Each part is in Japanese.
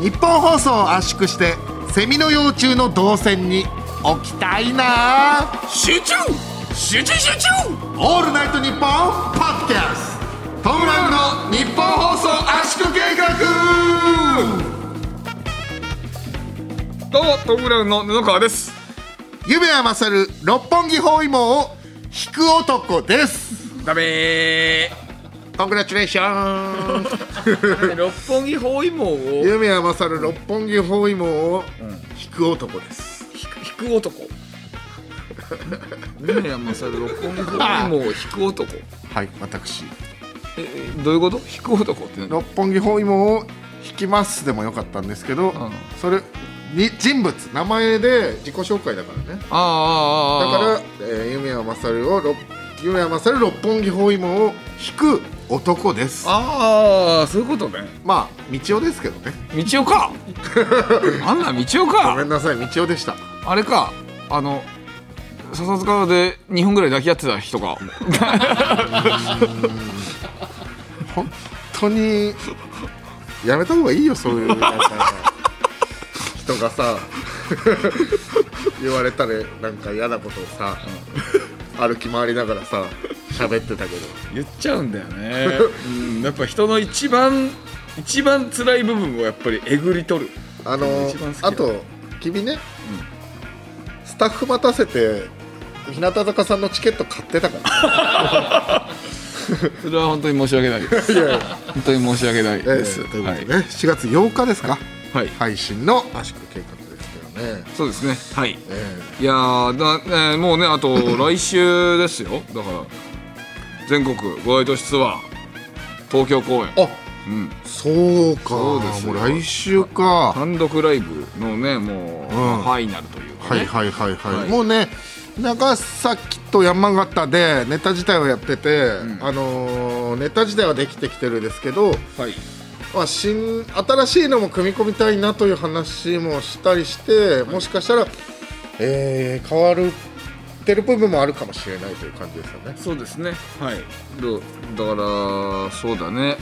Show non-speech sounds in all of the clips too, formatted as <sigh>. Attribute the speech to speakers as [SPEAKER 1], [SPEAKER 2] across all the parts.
[SPEAKER 1] 日本放送を圧縮してセミの幼虫の動線に置きたいな
[SPEAKER 2] 集中集中集中
[SPEAKER 1] オールナイトニッポンポッドキャストトムブラウンの日本放送圧縮計画
[SPEAKER 2] どうもトム・ブラウンの布川です
[SPEAKER 1] 夢は勝る六本木包囲網を引く男です
[SPEAKER 2] ダメ
[SPEAKER 1] コングラチュレーション
[SPEAKER 2] ー六本木包囲網を引
[SPEAKER 1] 夢は勝る六本木包囲網を引く男です、
[SPEAKER 2] く引く男夢山さん六本木包囲網を引く男
[SPEAKER 1] はい私
[SPEAKER 2] ええどういうこと引く男って何
[SPEAKER 1] 六本木包囲網を引きますでもよかったんですけど、
[SPEAKER 2] ん
[SPEAKER 1] それに人物名前で自己紹介だからねだ
[SPEAKER 2] ああああああ
[SPEAKER 1] から、えー、夢は勝を六夢は勝六本木包囲網を引く男です
[SPEAKER 2] ああそういうことね
[SPEAKER 1] まあ道夫ですけどね
[SPEAKER 2] 道夫かあんな道夫
[SPEAKER 1] ごめ
[SPEAKER 2] か
[SPEAKER 1] んなさい道夫でした
[SPEAKER 2] あれかあの笹塚で2分ぐらい抱き合ってた人か
[SPEAKER 1] 本当にやめた方がいいよそういうなん
[SPEAKER 2] <laughs>
[SPEAKER 1] か人がさ言われたらなんか嫌なことをさ、歩き回りながらさ喋ってたけど
[SPEAKER 2] 言っちゃうんだよね、うん、やっぱ人の一番一番辛い部分をやっぱりえぐり取る
[SPEAKER 1] あの
[SPEAKER 2] 一番好きだ
[SPEAKER 1] あと君ね、スタッフ待たせて日向坂さんのチケット買ってた <laughs> から
[SPEAKER 2] それは本当に申し <laughs> 訳ないです本当に申し訳ない
[SPEAKER 1] で
[SPEAKER 2] ですす、
[SPEAKER 1] というこ
[SPEAKER 2] は
[SPEAKER 1] とで
[SPEAKER 2] い
[SPEAKER 1] ね、、7月8日ですか
[SPEAKER 2] はい、
[SPEAKER 1] 配信の圧縮計画ですけどね、
[SPEAKER 2] そうですねはい
[SPEAKER 1] え
[SPEAKER 2] いやーだ、えーもうねあと来週ですよだから全国ご愛都市ツアー東京公演
[SPEAKER 1] えあ
[SPEAKER 2] うん
[SPEAKER 1] そうか
[SPEAKER 2] そうです
[SPEAKER 1] も
[SPEAKER 2] よ
[SPEAKER 1] う来週か
[SPEAKER 2] 単独ライブのねもう、
[SPEAKER 1] ん
[SPEAKER 2] ファイナルというか
[SPEAKER 1] はい
[SPEAKER 2] ね、
[SPEAKER 1] はいはいはい、
[SPEAKER 2] はい
[SPEAKER 1] もうね長崎と山形でネタ自体をやってて、あのーネタ自体はできてきてるんですけど、
[SPEAKER 2] はい
[SPEAKER 1] まあ、新新しいのも組み込みたいなという話もしたりしてもしかしたら、えー変わるってる部分もあるかもしれないという感じですよね。
[SPEAKER 2] そうですねはいどだからそうだね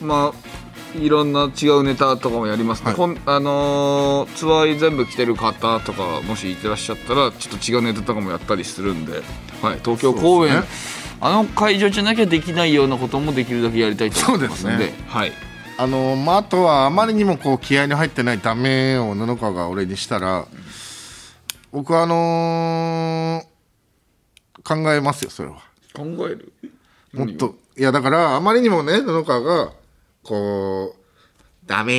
[SPEAKER 2] まあいろんな違うネタとかもやりますね、
[SPEAKER 1] はい
[SPEAKER 2] こんあのーツアーに全部来てる方とかもしいてらっしゃったらちょっと違うネタとかもやったりするんで、はい、東京公演、
[SPEAKER 1] そうで
[SPEAKER 2] あの会場じゃなきゃできないようなこともできるだけやりたいと思ってますので
[SPEAKER 1] そうです
[SPEAKER 2] はい、
[SPEAKER 1] あのまあ、あとはあまりにもこう気合いの入ってないダメを布川が俺にしたら僕はあのー考えますよそれは。
[SPEAKER 2] 考える
[SPEAKER 1] もっといやだからあまりにもね布川がこう「ダメ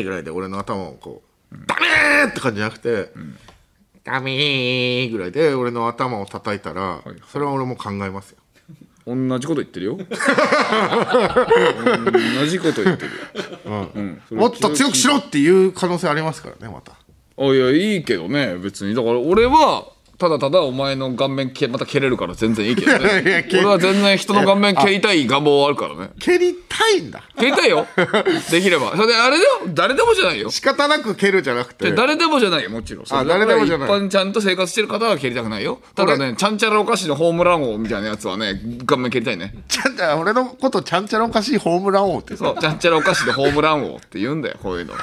[SPEAKER 1] ー」ぐらいで俺の頭をこう「ダメー!」って感じじゃなくて「ダメー」ぐらいで俺の頭を叩いたら
[SPEAKER 2] はい
[SPEAKER 1] それは俺も考えますよ。
[SPEAKER 2] 同じこと言って
[SPEAKER 1] <laughs>
[SPEAKER 2] るよ同じこと言ってるよ、うんそれ
[SPEAKER 1] もっと強くしろっていう可能性ありますからねまた。
[SPEAKER 2] あいやいいけどね別にだから俺はただただお前の顔面けまた蹴れるから全然いいけど
[SPEAKER 1] <laughs> いやいや
[SPEAKER 2] ね
[SPEAKER 1] 蹴
[SPEAKER 2] 俺は全然人の顔面蹴りたい願望はあるからね
[SPEAKER 1] 蹴りたいんだ
[SPEAKER 2] 蹴りた
[SPEAKER 1] <laughs>
[SPEAKER 2] いよできればそれであれだよ誰でもじゃないよ
[SPEAKER 1] 仕方なく蹴るじゃなくて
[SPEAKER 2] で誰でもじゃないよもちろんそれ
[SPEAKER 1] 誰でもじゃない
[SPEAKER 2] だから一般ちゃんと生活してる方は蹴りたくないよただねちゃんちゃらおかしのホームラン王みたいなやつはね顔面蹴りたいね
[SPEAKER 1] ちゃんちゃん俺のことちゃんちゃらおかしいホームラン王って <laughs>
[SPEAKER 2] そうちゃんちゃらおかしでホームラン王って言うんだよこういうの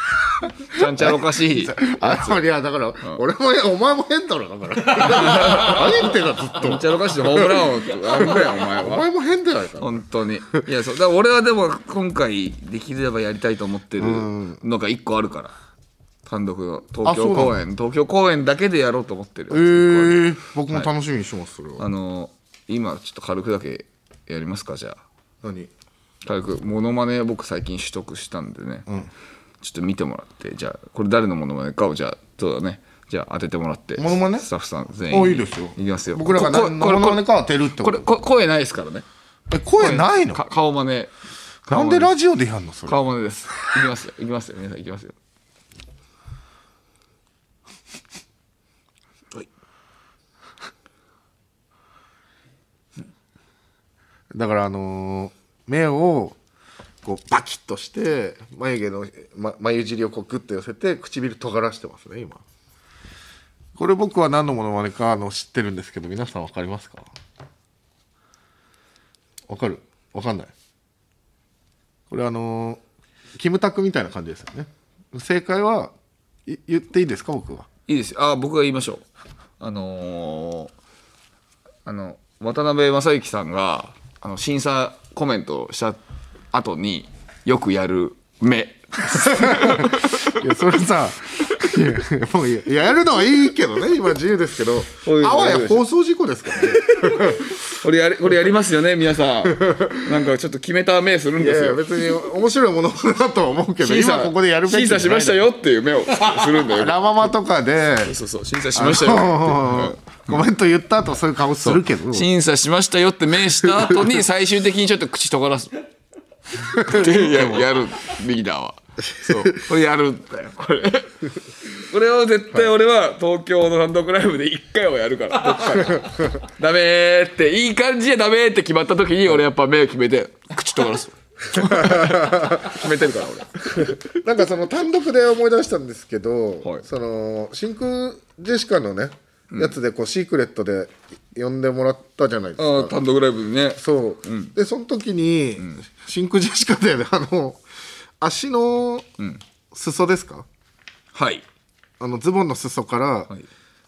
[SPEAKER 2] ちゃんちゃらお
[SPEAKER 1] <laughs>
[SPEAKER 2] かしい
[SPEAKER 1] あいやだから俺もお前も変だろだから
[SPEAKER 2] <laughs>
[SPEAKER 1] 何言ってんだずっ
[SPEAKER 2] ちゃ
[SPEAKER 1] と
[SPEAKER 2] んちゃらおかしでホームラン王ってあんまやお前
[SPEAKER 1] お
[SPEAKER 2] は
[SPEAKER 1] 前も変じゃないか
[SPEAKER 2] 本当にいやそうだから俺はでも今回できればやりたいと思ってるのが1個あるから単独の東京公演東京公演だけでやろうと思ってるや
[SPEAKER 1] え
[SPEAKER 2] つ一個ある
[SPEAKER 1] ー、僕も楽しみにしてます、それは。
[SPEAKER 2] あの今ちょっと軽くだけやりますかじゃあ
[SPEAKER 1] 何
[SPEAKER 2] 軽くモノマネを僕最近取得したんでね、ちょっと見てもらってじゃあこれ誰のモノマネかをじゃあそうだねじゃあ当ててもらって
[SPEAKER 1] モノマネ
[SPEAKER 2] スタッフさん全員
[SPEAKER 1] あ、いいですよ。
[SPEAKER 2] いきますよ
[SPEAKER 1] 僕らが何のものまねか当てるって
[SPEAKER 2] こ
[SPEAKER 1] こ
[SPEAKER 2] れ
[SPEAKER 1] と。
[SPEAKER 2] こ声ないですからね
[SPEAKER 1] え、声ないの
[SPEAKER 2] か顔マネ
[SPEAKER 1] なんでラジオでやんのそれ。
[SPEAKER 2] 顔真似です。いきますよ。いきますよ。皆さんいきますよ。
[SPEAKER 1] だから、あのー目を、こう、バキッとして、眉毛の、ま、眉尻をこう、グッと寄せて、唇尖らしてますね、今。これ僕は何のものまねか、あの、知ってるんですけど、皆さんわかりますかわかるわかんない。これあのーキムタクみたいな感じですよね。正解はい言っていいですか僕はい
[SPEAKER 2] いですよあ僕が言いましょうあのーあの渡辺正行さんがあの審査コメントをした後によくやる目
[SPEAKER 1] いやそれさいやもういいややるのはいいけどね今自由ですけど
[SPEAKER 2] そういうの
[SPEAKER 1] あわや放送事故ですからね
[SPEAKER 2] これやりこれやりますよね皆さ <laughs> んなんかちょっと決めた目するん
[SPEAKER 1] い
[SPEAKER 2] で
[SPEAKER 1] や
[SPEAKER 2] す
[SPEAKER 1] いや
[SPEAKER 2] よ
[SPEAKER 1] 別に面白いものだとは思うけど今ここでやるべき
[SPEAKER 2] 審査しました
[SPEAKER 1] よ
[SPEAKER 2] よっていう目をするんだよ
[SPEAKER 1] ラ・ママとかで
[SPEAKER 2] <laughs> そうそう審査しましたよって
[SPEAKER 1] コメント言った後そういう顔するけど
[SPEAKER 2] 審査しましたよって目した後に最終的にちょっと口尖らすってややるリーダーはそうこれやるんだよこれこれを絶対俺は東京の単独ライブで1回はやるからどっかでダメーっていい感じでダメーって決まった時に俺やっぱ目を決めて口尖らす <laughs> 決めてるから俺
[SPEAKER 1] なんかその単独で思い出したんですけど、
[SPEAKER 2] はい
[SPEAKER 1] その真空ジェシカのね、やつでこうシークレットで呼んでもらったじゃないです
[SPEAKER 2] あ
[SPEAKER 1] か
[SPEAKER 2] ー単独ライブでね
[SPEAKER 1] そう、でその時に、真空ジェシカであの足の裾ですか、
[SPEAKER 2] はい
[SPEAKER 1] あのズボンの裾から、
[SPEAKER 2] い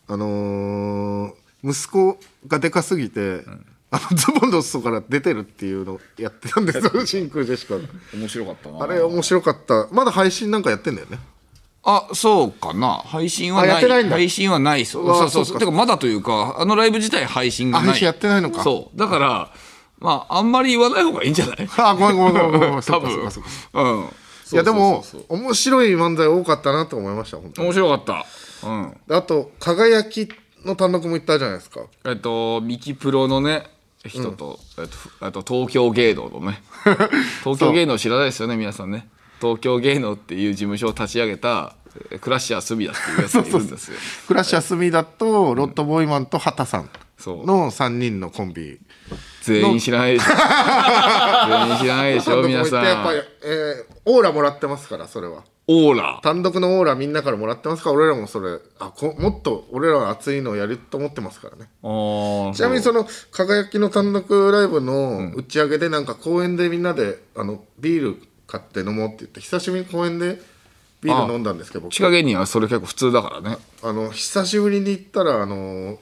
[SPEAKER 1] あのー息子がでかすぎて、あのズボンの裾から出てるっていうのをやってたんです <laughs> よ真空ジェシカが
[SPEAKER 2] 面白かったな
[SPEAKER 1] あれ面白かったまだ配信なんかやってんだよね
[SPEAKER 2] あそうかな配信は
[SPEAKER 1] あ
[SPEAKER 2] な
[SPEAKER 1] やっ
[SPEAKER 2] い
[SPEAKER 1] てないんだ
[SPEAKER 2] 配信はないそう
[SPEAKER 1] うわ
[SPEAKER 2] そうそう
[SPEAKER 1] そ
[SPEAKER 2] そ
[SPEAKER 1] か
[SPEAKER 2] うてかまだというかあのライブ自体配信がない
[SPEAKER 1] あ配信やってないのか
[SPEAKER 2] そうだからまああんまり言わない方がいいんじゃない
[SPEAKER 1] <laughs> あごめんごめんごめんごめんそ
[SPEAKER 2] 多
[SPEAKER 1] うか
[SPEAKER 2] 分
[SPEAKER 1] そうかそうか
[SPEAKER 2] うん
[SPEAKER 1] いやでも
[SPEAKER 2] そうそうそう
[SPEAKER 1] 面白い漫才多かったなと思いました本当
[SPEAKER 2] そう面白かったうん
[SPEAKER 1] あと「輝き」の単独も行ったじゃないですか
[SPEAKER 2] えっとミキプロのね人と、えっとふあと東京芸能の
[SPEAKER 1] <laughs>
[SPEAKER 2] ね東京芸能知らないですよね皆さんね東京芸能っていう事務所を立ち上げたえクラッシャースミダっていうやつがいる
[SPEAKER 1] <laughs>
[SPEAKER 2] んですよ
[SPEAKER 1] クラッシャー隅田とロッドボーイマンと畑さん
[SPEAKER 2] そう
[SPEAKER 1] の3人のコンビ
[SPEAKER 2] 全員知らな
[SPEAKER 1] <laughs>
[SPEAKER 2] いでしょ全員知らないでしょ皆さん
[SPEAKER 1] やっぱり、えーオーラもらってますからそれは
[SPEAKER 2] オーラ
[SPEAKER 1] 単独のオーラみんなからもらってますから俺らもそれあこもっと俺らは熱いのをやると思ってますからねちなみにその「輝き」の単独ライブの打ち上げでなんか公園でみんなであのビール買って飲もうって言って久しぶりに公園でビール飲んだんですけど
[SPEAKER 2] 地
[SPEAKER 1] 僕
[SPEAKER 2] 下芸人はそれ結構普通だからね
[SPEAKER 1] あの久しぶりに行ったらあの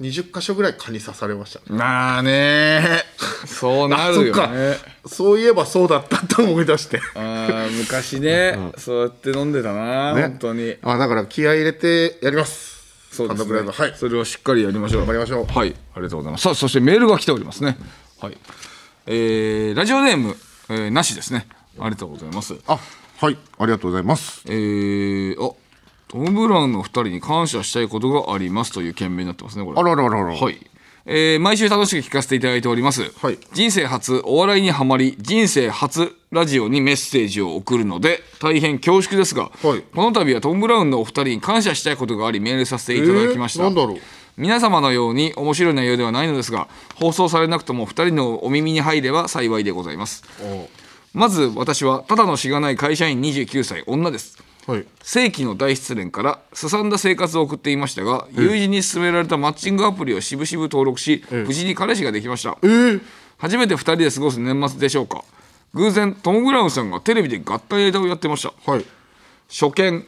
[SPEAKER 1] 20箇所ぐらい蚊に刺されましたね
[SPEAKER 2] まあねそうなるよね
[SPEAKER 1] そういえばそうだったって思い出して
[SPEAKER 2] あー昔ね、そうやって飲んでたな、
[SPEAKER 1] ね
[SPEAKER 2] 本当に
[SPEAKER 1] あだから気合い入れてやります
[SPEAKER 2] そうです
[SPEAKER 1] 単独ライブ
[SPEAKER 2] ね、
[SPEAKER 1] はい
[SPEAKER 2] それをしっかりやりましょう
[SPEAKER 1] 頑張りましょう
[SPEAKER 2] はいありがとうございますさあそしてメールが来ておりますねはいえー、ラジオネーム、えー、なしですねありがとうございます
[SPEAKER 1] あはいありがとうございます
[SPEAKER 2] えー、あトム・ブラウンの2人に感謝したいことがありますという件名になってますねこれ
[SPEAKER 1] あららららら
[SPEAKER 2] はい。えー毎週楽しく聞かせていただいております、
[SPEAKER 1] はい
[SPEAKER 2] 人生初お笑いにはまり人生初ラジオにメッセージを送るので大変恐縮ですが、
[SPEAKER 1] はい
[SPEAKER 2] この度はトム・ブラウンのお二人に感謝したいことがありメールさせていただきました、
[SPEAKER 1] えーなんだろう
[SPEAKER 2] 皆様のように面白い内容ではないのですが放送されなくとも二人のお耳に入れば幸いでございますまず私はただのしがない会社員29歳女です
[SPEAKER 1] はい
[SPEAKER 2] 世紀の大失恋からすさんだ生活を送っていましたが、友人に勧められたマッチングアプリをしぶしぶ登録し、無事に彼氏ができました、
[SPEAKER 1] えー、
[SPEAKER 2] 初めて2人で過ごす年末でしょうか偶然トム・グラウンさんがテレビで合体ネタをやってました
[SPEAKER 1] はい
[SPEAKER 2] 初見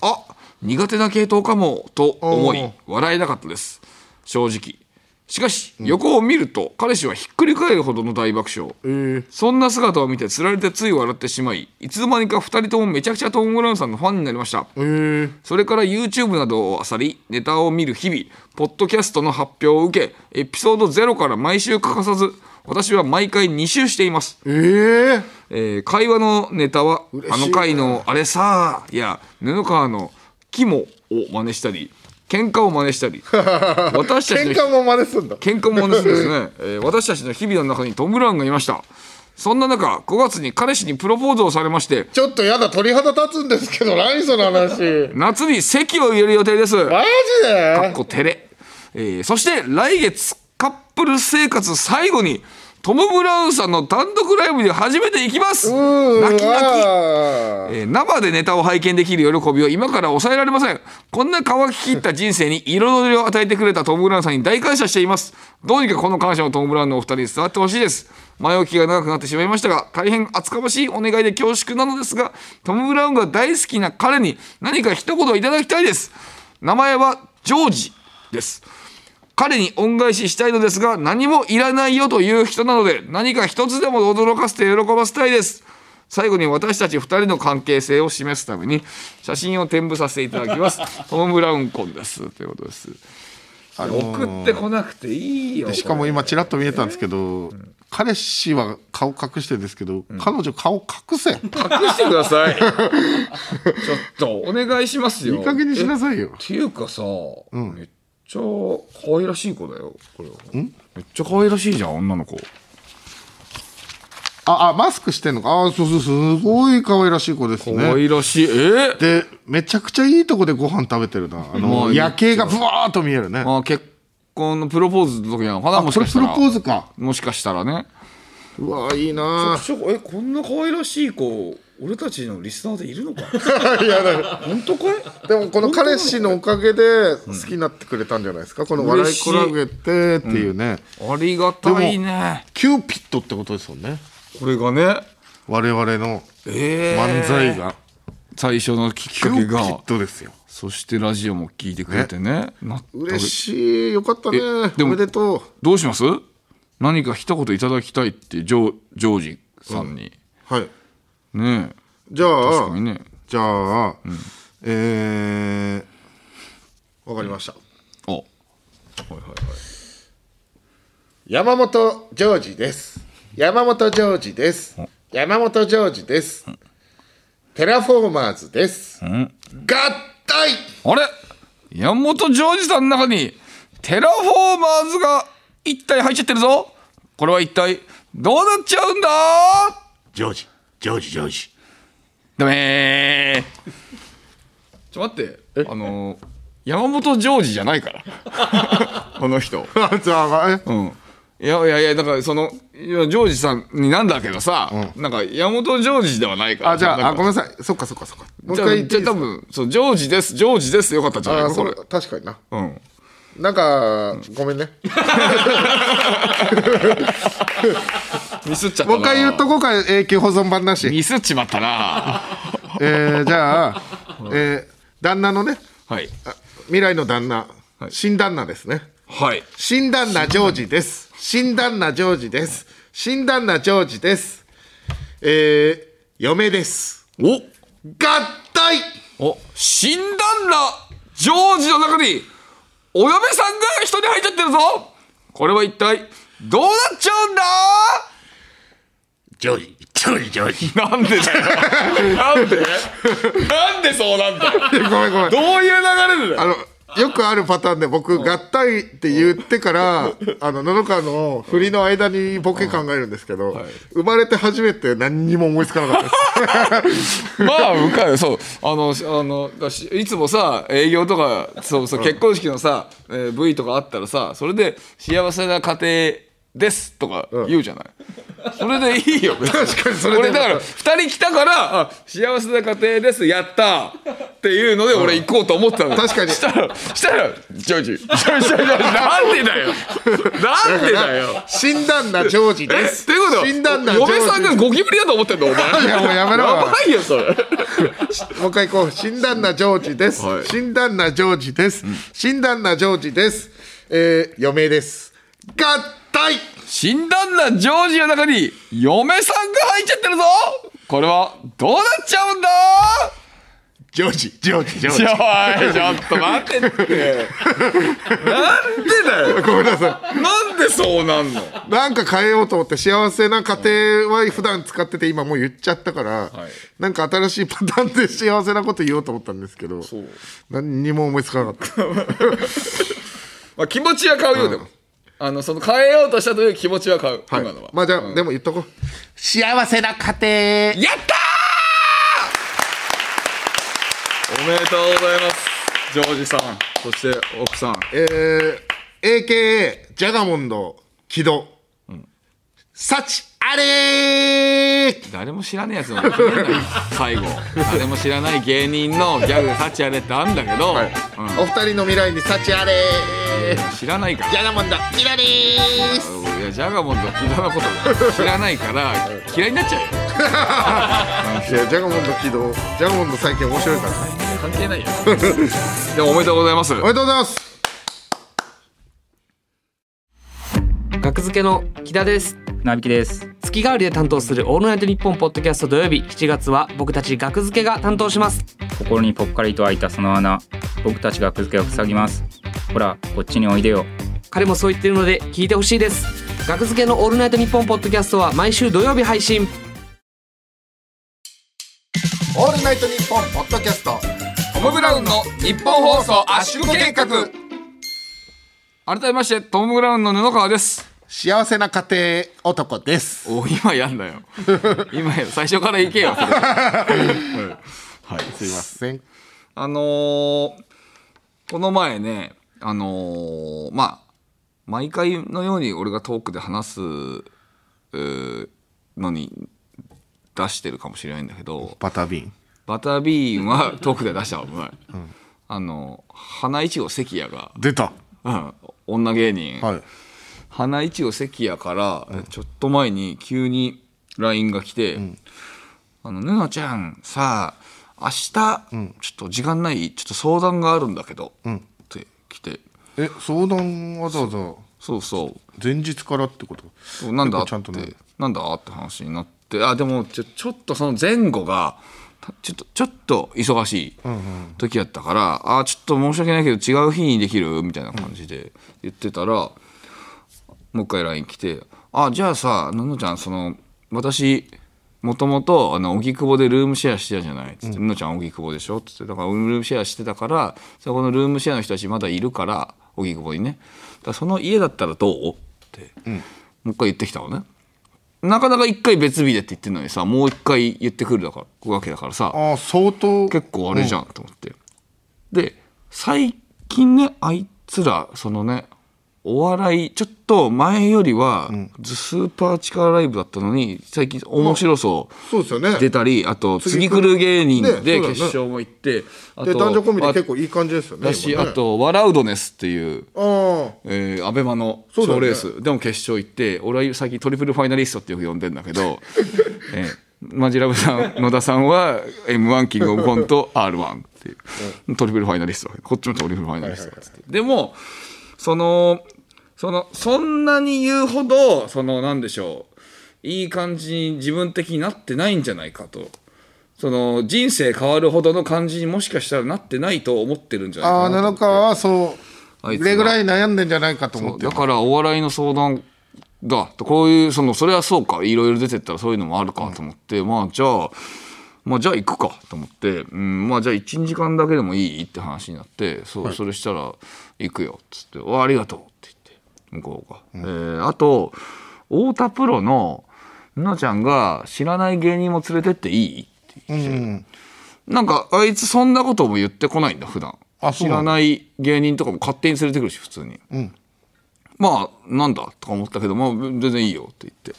[SPEAKER 2] あ苦手な系統かもと思
[SPEAKER 1] お
[SPEAKER 2] い
[SPEAKER 1] ー
[SPEAKER 2] 笑えなかったです正直しかし横を見ると彼氏はひっくり返るほどの大爆笑、
[SPEAKER 1] えー、
[SPEAKER 2] そんな姿を見てつられてつい笑ってしまいいつの間にか2人ともめちゃくちゃトム・グラウンさんのファンになりました
[SPEAKER 1] えー、
[SPEAKER 2] それから YouTube などを漁り、ネタを見る日々、ポッドキャストの発表を受け、エピソード0から毎週欠かさず、私は毎回2週しています。
[SPEAKER 1] えー、
[SPEAKER 2] えー会話のネタは、
[SPEAKER 1] 嬉しいな
[SPEAKER 2] あの回のあれさあ、や、布川の肝を真似したり、喧嘩を真似し
[SPEAKER 1] <laughs>
[SPEAKER 2] たり、私たち
[SPEAKER 1] 喧
[SPEAKER 2] の
[SPEAKER 1] 嘩も真似すんだ
[SPEAKER 2] 喧嘩も同じですね、えー私たちの日々の中にトム・ブラウンがいました。そんな中、5月に彼氏にプロポーズをされまして、
[SPEAKER 1] ちょっとやだ鳥肌立つんですけど何その話
[SPEAKER 2] <laughs> 夏に席を入れる予定です。
[SPEAKER 1] マジ
[SPEAKER 2] かっ
[SPEAKER 1] で
[SPEAKER 2] こ照れ、えーそして来月カップル生活最後にトム・ブラウンさんの単独ライブに初めて行きます
[SPEAKER 1] うん
[SPEAKER 2] 泣き泣き
[SPEAKER 1] あー
[SPEAKER 2] えー生でネタを拝見できる喜びを今から抑えられませんこんな乾ききった人生に彩りを与えてくれたトム・ブラウンさんに大感謝していますどうにかこの感謝をトム・ブラウンのお二人に伝わってほしいです前置きが長くなってしまいましたが大変厚かましいお願いで恐縮なのですがトム・ブラウンが大好きな彼に何か一言いただきたいです名前はジョージです彼に恩返ししたいのですが何もいらないよという人なので何か一つでも驚かせて喜ばせたいです最後に私たち2人の関係性を示すために写真を添付させていただきますトム・ブラウン婚ですということです送ってこなくていいよ
[SPEAKER 1] でしかも今ちらっと見えたんですけど、彼氏は顔隠してですけど、彼女顔隠せい
[SPEAKER 2] 隠してください <laughs> ちょっとお願いしますよ
[SPEAKER 1] い加減にしなさいよ
[SPEAKER 2] っていうかさ、めっちゃ可愛らしい子だよこれはめっちゃ可愛らしいじゃん女の子
[SPEAKER 1] ああマスクしてんのかああそうそうすごい可愛らしい子です
[SPEAKER 2] 可
[SPEAKER 1] ね
[SPEAKER 2] 愛らしい、えー
[SPEAKER 1] でめちゃくちゃいいとこでご飯食べてるなあ
[SPEAKER 2] も
[SPEAKER 1] の
[SPEAKER 2] ういい
[SPEAKER 1] 夜景がブワーっと見えるね
[SPEAKER 2] あ結婚のプロポーズの時なのかな
[SPEAKER 1] あ
[SPEAKER 2] もし
[SPEAKER 1] これ
[SPEAKER 2] かし
[SPEAKER 1] プ
[SPEAKER 2] た
[SPEAKER 1] ロ
[SPEAKER 2] ら
[SPEAKER 1] ポーズか
[SPEAKER 2] もしかしたらね
[SPEAKER 1] うわいいな
[SPEAKER 2] えこんな可愛らしい子俺たちのリスナーでいる
[SPEAKER 1] <laughs>
[SPEAKER 2] のか本当かい
[SPEAKER 1] でもこの彼氏のおかげで好きになってくれたんじゃないですかこの「笑いこらげて」っていうね
[SPEAKER 2] ありがたいね
[SPEAKER 1] キューピッドってことですもんね
[SPEAKER 2] これがね
[SPEAKER 1] 我々の
[SPEAKER 2] えー
[SPEAKER 1] 漫才が
[SPEAKER 2] 最初のきっ
[SPEAKER 1] キュ
[SPEAKER 2] か
[SPEAKER 1] ーピ
[SPEAKER 2] け
[SPEAKER 1] ッ
[SPEAKER 2] が
[SPEAKER 1] ドですよ
[SPEAKER 2] そしてラジオも聞いてくれてねな
[SPEAKER 1] 嬉しいよかったね
[SPEAKER 2] えで
[SPEAKER 1] お
[SPEAKER 2] も
[SPEAKER 1] めでとう
[SPEAKER 2] どうします何か一言いただきたいってジョージョージさんに、
[SPEAKER 1] はい
[SPEAKER 2] ねえ
[SPEAKER 1] じゃ
[SPEAKER 2] 確
[SPEAKER 1] あ
[SPEAKER 2] かにね
[SPEAKER 1] じゃあ、えーわかりました
[SPEAKER 2] あはいはいはい
[SPEAKER 1] 山本ジョージです山本ジョージです山本ジョージですテラフォーマーズです合体
[SPEAKER 2] あれ山本ジョージさんの中にテラフォーマーズが一体入っちゃってるぞこれは一体どうなっちゃうんだ
[SPEAKER 1] ジョージジョージジョージ
[SPEAKER 2] ダメーちょ待ってあのー山本ジョージじゃないから
[SPEAKER 1] <laughs>
[SPEAKER 2] この人
[SPEAKER 1] あじゃあえ
[SPEAKER 2] うんいやいやいやだからそのいやジョージさんになんだけどさ、なんか山本ジョージではないから
[SPEAKER 1] あじゃ
[SPEAKER 2] なん
[SPEAKER 1] ああ
[SPEAKER 2] か
[SPEAKER 1] ごめんなさいそっかそっかそっかもう一
[SPEAKER 2] じゃ
[SPEAKER 1] 回
[SPEAKER 2] あ
[SPEAKER 1] 言っ
[SPEAKER 2] じ
[SPEAKER 1] て
[SPEAKER 2] ゃ
[SPEAKER 1] い
[SPEAKER 2] あ
[SPEAKER 1] いですか
[SPEAKER 2] 多分そうジョージですジョージですよかったんじゃな
[SPEAKER 1] あ
[SPEAKER 2] いかこ
[SPEAKER 1] そ
[SPEAKER 2] れ
[SPEAKER 1] う確かにな
[SPEAKER 2] うん
[SPEAKER 1] なんかごめんね
[SPEAKER 2] ミスっちゃった
[SPEAKER 1] も
[SPEAKER 2] な
[SPEAKER 1] う一回言っとこうか永久保存版なし
[SPEAKER 2] ミスっちまった <laughs> な
[SPEAKER 1] えーじゃあ、えー旦那のね
[SPEAKER 2] はい
[SPEAKER 1] あ未来の旦那、新旦那ですね
[SPEAKER 2] はい
[SPEAKER 1] 新旦那ジョージです新旦那ジョージです新旦那ジョージですえー、嫁です合体
[SPEAKER 2] おお死んだんだジョージの中にお嫁さんが一人入っちゃってるぞこれは一体どうなっちゃうんだ
[SPEAKER 1] ジョージジョージジョージ
[SPEAKER 2] なんでだ <laughs> よなんでなんでそうなんだよ
[SPEAKER 1] ごめんごめん
[SPEAKER 2] どういう流れでだ
[SPEAKER 1] あ
[SPEAKER 2] よ
[SPEAKER 1] のよくあるパターンで僕合体って言ってからあののどかの振りの間にボケ考えるんですけど生まれて初めて何にも思いつかなかったです
[SPEAKER 2] <laughs> まあ向かいそうあのあのだしいつもさ営業とかそうそう結婚式のさ、えー V とかあったらさそれで「幸せな家庭です」とか言うじゃない、それ
[SPEAKER 1] <laughs>
[SPEAKER 2] でいいよ確
[SPEAKER 1] かにそれで
[SPEAKER 2] 俺だから2人来たからあ「幸せな家庭ですやった」っていうので俺行こうと思ってたの、 <laughs>
[SPEAKER 1] 確かに
[SPEAKER 2] したらしたら「ジョージ」
[SPEAKER 1] <laughs>
[SPEAKER 2] ジョージジョージなんでだよなんでだよ
[SPEAKER 1] 新旦那ジョージです。
[SPEAKER 2] っていうことは
[SPEAKER 1] 新旦那ジョージ
[SPEAKER 2] 嫁さんがゴキブリだと思ってんのお前
[SPEAKER 1] <laughs> いやもうやめろ
[SPEAKER 2] やばいよそれ
[SPEAKER 1] もう一回行こう。新旦那ジョージです。
[SPEAKER 2] はい
[SPEAKER 1] 新旦那ジョージです。新旦那ジョージです。えー、嫁です。合体
[SPEAKER 2] 新旦那ジョージの中に嫁さんが入っちゃってるぞこれはどうなっちゃうんだ
[SPEAKER 1] ジョージ、ジョージ、ジョー
[SPEAKER 2] ち
[SPEAKER 1] ジ。
[SPEAKER 2] ょいちょっと待ってってなんでだよ
[SPEAKER 1] ごめんなさ
[SPEAKER 2] なんでそうなんの
[SPEAKER 1] い。なんか変えようと思って、幸せな家庭は普段使ってて、今もう言っちゃったから、
[SPEAKER 2] い
[SPEAKER 1] なんか新しいパターンで <laughs> 幸せなこと言おうと思ったんですけど、
[SPEAKER 2] う
[SPEAKER 1] 何にも思いつかなかった。
[SPEAKER 2] まあ気持ちは買うよでも、あのその変えようとしたという気持ちは買う、今のは、
[SPEAKER 1] まあじゃあ、でも言っとこう。幸せな家庭。
[SPEAKER 2] やったーおめでとうございますジョージさんそして奥さん
[SPEAKER 1] えー、AKA ジャガモンド木戸、幸あれー
[SPEAKER 2] 誰も知らねえやつなの決めんなよ最後誰も知らない芸人のギャグで幸あれってあんだけど、
[SPEAKER 1] はい
[SPEAKER 2] うん
[SPEAKER 1] お二人の未来に幸あれー
[SPEAKER 2] 知らないから
[SPEAKER 1] ジャガモンドキラリー
[SPEAKER 2] いやジャガモンと木戸のことが知らないから嫌いになっちゃうよ
[SPEAKER 1] いやジャガモンド起動ジャガモンド最近面白いから
[SPEAKER 2] 関係ないよでもおめでとうございます
[SPEAKER 1] おめでとうございます
[SPEAKER 3] 学付けの木田です
[SPEAKER 4] なびきです。
[SPEAKER 3] 月替わりで担当するオールナイトニッポンポッドキャスト土曜日7月は僕たち学付けが担当します
[SPEAKER 4] 心にぽっかりと開いたその穴、僕たちがくづけを塞ぎます。ほら、こっちにおいでよ。
[SPEAKER 3] 彼もそう言ってるので聞いてほしいです学付けのオールナイトニッポンポッドキャストは毎週土曜日配信
[SPEAKER 1] オールナイトニッポンポッドキャスト
[SPEAKER 2] トム・ブラウンの日本放送圧縮計画改めましてトム・ブラウンの布川です
[SPEAKER 1] 幸せな家庭男です
[SPEAKER 2] お今やんだよ今や最初から行けよそれはいすいませ
[SPEAKER 1] せ
[SPEAKER 2] ん
[SPEAKER 1] ん
[SPEAKER 2] あのーこの前ね、あのーまあ、毎回のように俺がトークで話すうーのに出してるかもしれないんだけど、
[SPEAKER 1] バタービン
[SPEAKER 2] バタービーンはトークで出したわ、お前。あの、花いちご関谷が、
[SPEAKER 1] 出た
[SPEAKER 2] うん女芸人、
[SPEAKER 1] はい
[SPEAKER 2] 花いちご関谷から、ちょっと前に急に LINE が来て「あのぬのちゃんさあ明日、ちょっと時間ないちょっと相談があるんだけど」って来て
[SPEAKER 1] え相談わざわざ
[SPEAKER 2] 「そうそう
[SPEAKER 1] 前日からってこと
[SPEAKER 2] そうなんだ
[SPEAKER 1] 結
[SPEAKER 2] っ
[SPEAKER 1] 構ち
[SPEAKER 2] て、
[SPEAKER 1] ゃんとね
[SPEAKER 2] なんだって話になってあでもちょちょっとその前後がたちょっとちょっと忙しい時やったから、あちょっと申し訳ないけど違う日にできるみたいな感じで言ってたら、もう一回 LINE 来て「あじゃあさののちゃんその私もともとあの荻窪でルームシェアしてたじゃない」っつって「ののちゃん荻窪でしょ」っつってだからルームシェアしてたからそこのルームシェアの人たちまだいるから荻窪にねだからその家だったらどうって、もう一回言ってきたのねなかなか一回別日でって言ってるのにさもう一回言ってくるだからわけだからさ
[SPEAKER 1] ああ相当
[SPEAKER 2] 結構あれじゃんと思って、で最近ねあいつらそのねお笑いちょっと前よりは、スーパーチカラライブだったのに最近面白そう、
[SPEAKER 1] そうですよね
[SPEAKER 2] 出
[SPEAKER 1] で
[SPEAKER 2] たりあと
[SPEAKER 1] 次
[SPEAKER 2] 次来
[SPEAKER 1] 来
[SPEAKER 2] る
[SPEAKER 1] る
[SPEAKER 2] 芸人
[SPEAKER 1] ねそうだ
[SPEAKER 2] で
[SPEAKER 1] よね
[SPEAKER 2] 決勝も行って、あと
[SPEAKER 1] 男女コンビで
[SPEAKER 2] あ
[SPEAKER 1] 結構いい感じですよね
[SPEAKER 2] だし
[SPEAKER 1] 今
[SPEAKER 2] あ
[SPEAKER 1] ね
[SPEAKER 2] と「笑うドネス」っていう
[SPEAKER 1] あ
[SPEAKER 2] えー、アベマの
[SPEAKER 1] そうだ
[SPEAKER 2] 賞
[SPEAKER 1] よね
[SPEAKER 2] レース、でも決勝行って俺は最近トリプルファイナリストってよく呼んでんだ
[SPEAKER 1] <laughs>
[SPEAKER 2] けど、えーマジラブさん野田さんは m 1キングオブコント r 1っていうトリプルファイナリストこっちもトリプルファイナリストだっつってでもそのそのそんなに言うほどそのなんでしょういい感じに自分的になってないんじゃないかと。その人生変わるほどの感じにもしかしたらなってないと思ってるんじゃない
[SPEAKER 1] ああ
[SPEAKER 2] かな
[SPEAKER 1] 七
[SPEAKER 2] と思って
[SPEAKER 1] 川はそ
[SPEAKER 2] あいうつ
[SPEAKER 1] こ
[SPEAKER 2] は
[SPEAKER 1] れぐらい悩んでんじゃないかと思って
[SPEAKER 2] だからお笑いの相談だとこういうそのそれはそうかいろいろ出てったらそういうのもあるかと思って、まあじゃあまあじゃあ行くかと思って、うん、まあじゃあ12時間だけでもいいって話になってそう、それしたら行くよっつって「おありがとう」って言って向こうが。えーあと太田プロの「のちゃんが知らない芸人も連れてっていい?」って言って、なんかあいつそんなことも言ってこないんだ普段
[SPEAKER 1] あそ
[SPEAKER 2] 知
[SPEAKER 1] うな
[SPEAKER 2] ら
[SPEAKER 1] ん
[SPEAKER 2] ない芸人とかも勝手に連れてくるし普通に。まあなんだとか思ったけど、まあ、全然いいよって言って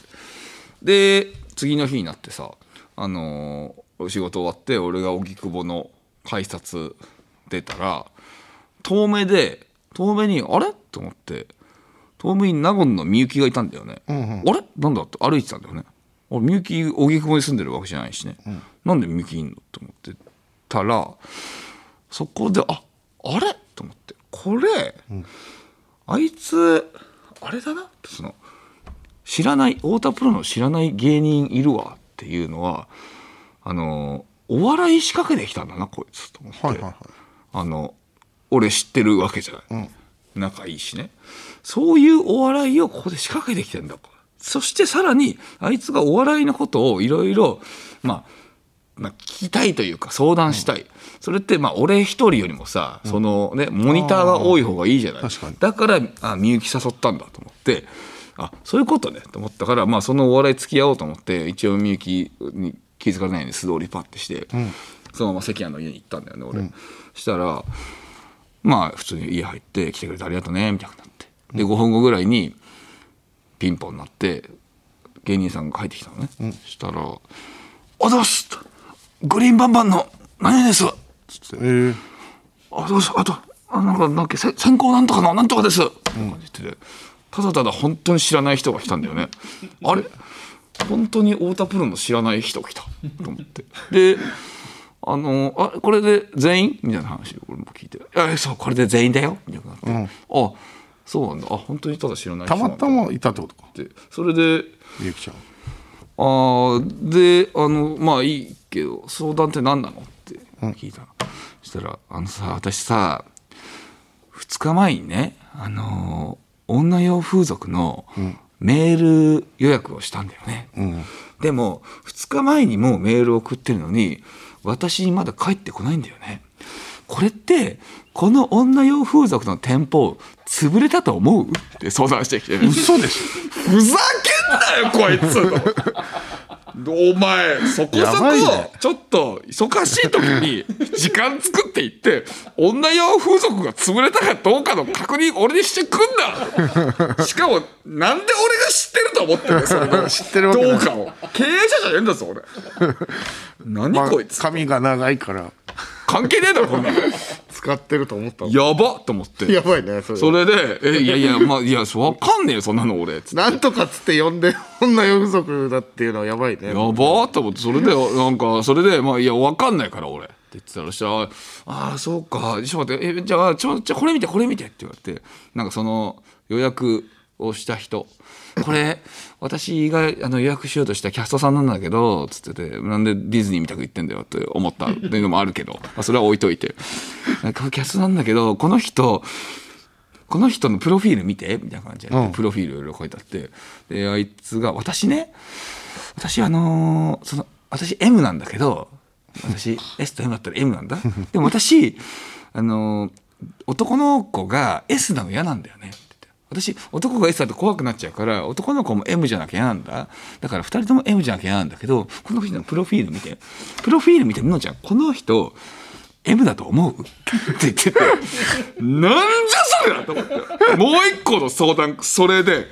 [SPEAKER 2] で次の日になってさ、あのー仕事終わって俺が荻窪の改札出たら遠目で遠目にあれと思って遠目に納言のみゆきがいたんだよね、あれなんだって歩いてたんだよね俺みゆき荻窪に住んでるわけじゃないしね、なんでみゆきいんのと思ってたらそこでああれと思ってこれ、あいつあれだなってその知らない太田プロの知らない芸人いるわっていうのはあのお笑い仕掛けてきたんだなこいつと思って、
[SPEAKER 1] はいはいはい
[SPEAKER 2] あの俺知ってるわけじゃない、仲いいしねそういうお笑いをここで仕掛けてきてんだそしてさらにあいつがお笑いのことをいろいろまあまあ、聞きたいというか相談したい、それってまあ俺一人よりもさ、そのねモニターが多い方がいいじゃない
[SPEAKER 1] 確かに
[SPEAKER 2] だからあみゆき誘ったんだと思ってあそういうことねと思ったから、まあ、そのお笑い付き合おうと思って一応みゆきに気づかれないように素通りパッてして、そのまま関谷の家に行ったんだよね俺、したらまあ普通に家入って来てくれてありがとうねみたいになってで5分後ぐらいにピンポン鳴って芸人さんが入ってきたのね、したら「おはようございますグリーンバンバンの何々です」つって
[SPEAKER 1] えー、
[SPEAKER 2] あ、どうぞ、あと、あなんか、なんだっけ、せ先行なんとかの、なんとかです。って感じでただただ本当に知らない人が来たんだよね。あれ本当に太田プロの知らない人来た。と思って。で、あの、あ、これで全員みたいな話を俺も聞いて。え、そう、これで全員だよみたいなって、あ、そうなんだ。あ、本当にただ知らない人
[SPEAKER 1] た
[SPEAKER 2] なんだ
[SPEAKER 1] またまいたってことか
[SPEAKER 2] って。それで、
[SPEAKER 1] ゆうきちゃん
[SPEAKER 2] あーであのまあいいけど相談って何なのって聞いたの、そしたら「あのさ私さ2日前にねあの女用風俗のメール予約をしたんだよね、
[SPEAKER 1] ん
[SPEAKER 2] でも2日前にもうメールを送ってるのに私にまだ帰ってこないんだよねこれってこの女用風俗の店舗潰れたと思うって相談してきてる
[SPEAKER 1] 嘘でし
[SPEAKER 2] ふざけんなよこいつお前そこ
[SPEAKER 1] や
[SPEAKER 2] そ
[SPEAKER 1] ばいね
[SPEAKER 2] こちょっと忙しい時に時間作っていって女用風俗が潰れたかどうかの確認俺にしてくんなしかもなんで俺が知ってると思ってるそれの
[SPEAKER 1] 知ってるわけない
[SPEAKER 2] どうかを経営者じゃねえんだぞ
[SPEAKER 1] <laughs>
[SPEAKER 2] 俺何
[SPEAKER 1] ょ、まあ
[SPEAKER 2] こい、つ
[SPEAKER 1] 髪が長いから
[SPEAKER 2] 関係ねえだろこんなの
[SPEAKER 1] 使ってると思ったの
[SPEAKER 2] やばっと思って
[SPEAKER 1] やばいねそれ
[SPEAKER 2] それで「えいやいやまあいやわかんねえよそんなの俺」つって
[SPEAKER 1] なんとかっつって呼んで女用不足だっていうのはやばいね
[SPEAKER 2] やばーと思ってそれで <laughs> なんかそれでまあいやわかんないから俺って言ってたらしたら「ああそうかちょっと待ってえじゃあちょじゃあこれ見てこれ見て」って言われてなんかその予約をした人これ私があの予約しようとしたキャストさんなんだけどつっててなんでディズニーみたく言ってんだよって思ったっていうのもあるけど、まあ、それは置いといてなんかキャストなんだけどこの人この人のプロフィール見てみたいな感じで、
[SPEAKER 1] うん
[SPEAKER 2] プロフィールいろいろ書いてあってであいつが私ね私あのーその私 M なんだけど私 S と M だったら M なんだでも私あのー男の子が S なの嫌なんだよねって言って私男が S だと怖くなっちゃうから男の子も M じゃなきゃ嫌なんだだから2人とも M じゃなきゃ嫌なんだけどこの人のプロフィール見てプロフィール見てみのちゃんこの人 M だと思うって言っててなんじゃそれだと思ってもう一個の相談それで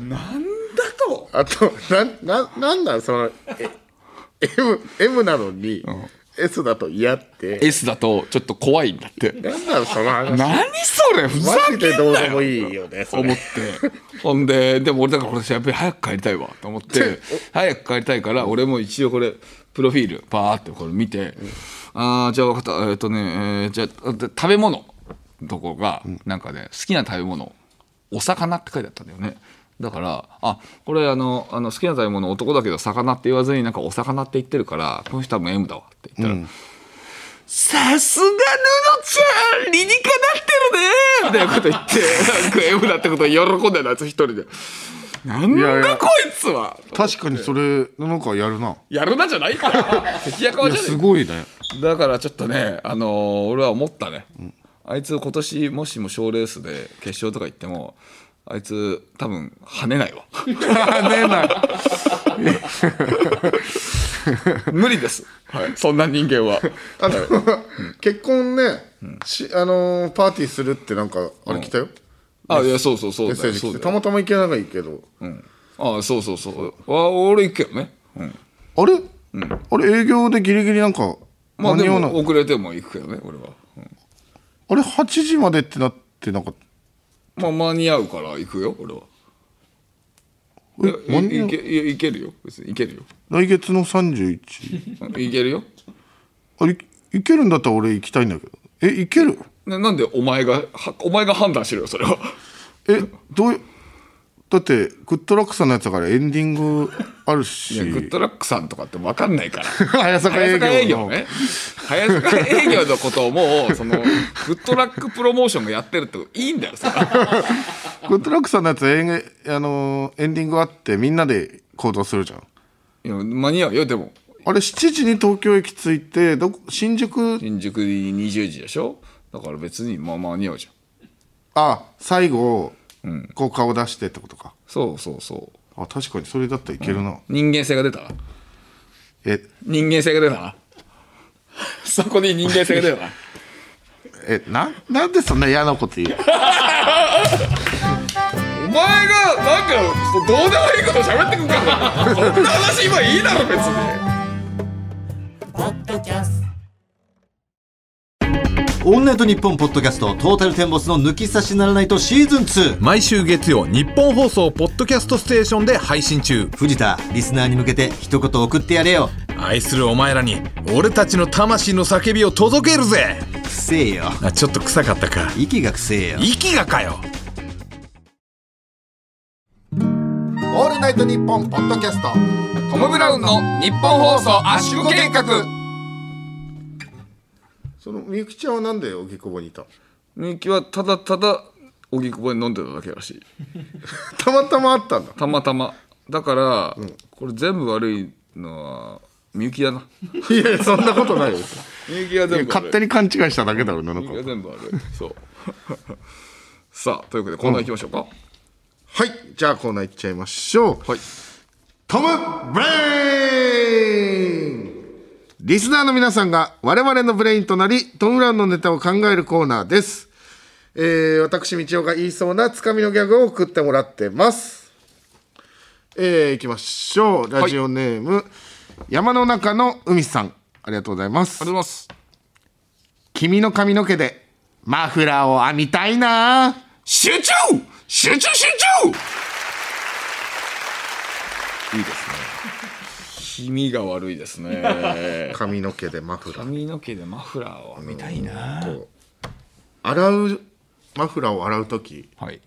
[SPEAKER 2] なんだと
[SPEAKER 1] あとなんなんなんなんそのえ M, M なのに、S だと嫌って
[SPEAKER 2] S だとちょっと怖いんだって
[SPEAKER 1] なんなんその話
[SPEAKER 2] 何それふざ
[SPEAKER 1] マジで
[SPEAKER 2] けんなよ
[SPEAKER 1] どうでもいいよねそ
[SPEAKER 2] 思っ
[SPEAKER 1] れ
[SPEAKER 2] てほんででも俺だからこれやっぱり早く帰りたいわと思って早く帰りたいから俺も一応これプロフィールパーってこれ見て、ああじゃあ分かったえっ、とね、えーじゃあで食べ物とこがなんかね好きな食べ物お魚って書いてあったんだよねだからあこれあのあの好きな食べ物男だけど魚って言わずになんかお魚って言ってるからこの人はもう M だわって言ったら、さすがルノちゃん理にかなってるねみたいなこと言って、なんか M だってことを喜んでるやつ一人で。なん
[SPEAKER 1] いやい
[SPEAKER 2] だ
[SPEAKER 1] や
[SPEAKER 2] こいつは
[SPEAKER 1] 確かにそれなんかやるな
[SPEAKER 2] やるなじゃないから。敵役 <laughs> はい
[SPEAKER 1] や
[SPEAKER 2] じゃね
[SPEAKER 1] すごいね
[SPEAKER 2] えだからちょっとね、あのー俺は思ったね。あいつ今年もしも賞レースで決勝とか行っても、あいつ多分跳ねないわ。跳ねない。 <laughs> 無理です。はい、そんな人間 <laughs> は。
[SPEAKER 1] あの、結婚ね、しあのーパーティーするってなんかあれ来たよ、
[SPEAKER 2] あ、いや、そうそうそう
[SPEAKER 1] メッ
[SPEAKER 2] だ
[SPEAKER 1] セー
[SPEAKER 2] よ。
[SPEAKER 1] ジ
[SPEAKER 2] そ
[SPEAKER 1] 来
[SPEAKER 2] う
[SPEAKER 1] て
[SPEAKER 2] だよ
[SPEAKER 1] たまたま行けないけど、
[SPEAKER 2] ああそうそうそうあ俺行くけどね、うん、
[SPEAKER 1] あれ、あれ営業でギリギリなんか
[SPEAKER 2] ま
[SPEAKER 1] 間
[SPEAKER 2] あ
[SPEAKER 1] に
[SPEAKER 2] で
[SPEAKER 1] 合わな
[SPEAKER 2] も
[SPEAKER 1] い
[SPEAKER 2] 遅れても行くけどね俺は、
[SPEAKER 1] あれ8時までってなってなんか
[SPEAKER 2] うんまあ間に合うから行くよ俺は
[SPEAKER 1] え
[SPEAKER 2] いや
[SPEAKER 1] 間に合
[SPEAKER 2] いういけいや行けるよ別に行けるよ
[SPEAKER 1] 来月の31
[SPEAKER 2] うん行けるよ
[SPEAKER 1] あれ行けるんだったら俺行きたいんだけどえ行ける
[SPEAKER 2] ななんでお前がはお前が判断しろよそれは
[SPEAKER 1] えどういだってグッドラックさんのやつだからエンディングある
[SPEAKER 2] い
[SPEAKER 1] し
[SPEAKER 2] やグッドラックさんとかって分かんないから
[SPEAKER 1] <laughs> 早坂営業の
[SPEAKER 2] 早ね早坂営業のことをもうそのグッドラックプロモーションがやってるっていいんだよそれは
[SPEAKER 1] グッドラックさんのやつエン,、あのーエンディングあってみんなで行動するじゃん
[SPEAKER 2] いや間に合うよでも
[SPEAKER 1] あれ7時に東京駅着いてどこ新宿
[SPEAKER 2] 新宿に20時でしょだから別にまあ間に合うじゃん
[SPEAKER 1] あ最後、こう顔出してってことか
[SPEAKER 2] そうそうそう
[SPEAKER 1] あ確かにそれだったらいけるな、
[SPEAKER 2] 人間性が出たな
[SPEAKER 1] え
[SPEAKER 2] 人間性が出たなそこに人間性が出たな
[SPEAKER 1] えななんでそんな嫌なこと言うえ
[SPEAKER 2] 前がなんかどうでもいいこと喋ってくんからそんな話今いいだろ別に。
[SPEAKER 5] オールナイトニッポンポッドキャストトータルテンボスの抜き差しならないとシーズン2
[SPEAKER 6] 毎週月曜日本放送ポッドキャストステーションで配信中
[SPEAKER 5] 藤田リスナーに向けて一言送ってやれよ
[SPEAKER 6] 愛するお前らに俺たちの魂の叫びを届けるぜ
[SPEAKER 5] くせえよ
[SPEAKER 6] あちょっと臭かったか
[SPEAKER 5] 息がくせえよ
[SPEAKER 6] 息がかよ
[SPEAKER 1] オールナイトニッポンポッドキャスト
[SPEAKER 2] トム・ブラウンの日本放送圧縮計画
[SPEAKER 1] そのみゆきちゃんはなんで荻窪にいたの
[SPEAKER 2] 人気はただただ荻窪に飲んでただけらしい
[SPEAKER 1] たまたまあったんだ
[SPEAKER 2] たまたまだから、これ全部悪いのはみゆきだない
[SPEAKER 1] やいやそんなことないよ
[SPEAKER 2] みゆきが全部悪い
[SPEAKER 1] 勝手に勘違いしただけだろうななんか
[SPEAKER 2] みゆきが全部悪いそう <laughs> さあということでコーナー行きましょうか、
[SPEAKER 1] はいじゃあコーナー行っちゃいましょう
[SPEAKER 2] はい
[SPEAKER 1] トム・ブレインリスナーの皆さんが我々のブレインとなりトム・ブラウンのネタを考えるコーナーです、えー、私道夫が言いそうなつかみのギャグを送ってもらってますえー、いきましょうラジオネーム、山の中の海さんありがとうございます
[SPEAKER 2] ありがとうございます
[SPEAKER 1] 君の髪の毛でマフラーを編みたいな
[SPEAKER 2] 集中集中集中いいですね気 <laughs> 味が悪いですね
[SPEAKER 1] 髪の毛でマフラー
[SPEAKER 2] 髪の毛でマフラーをみたいな、
[SPEAKER 1] 洗うマフラーを洗う時
[SPEAKER 2] はい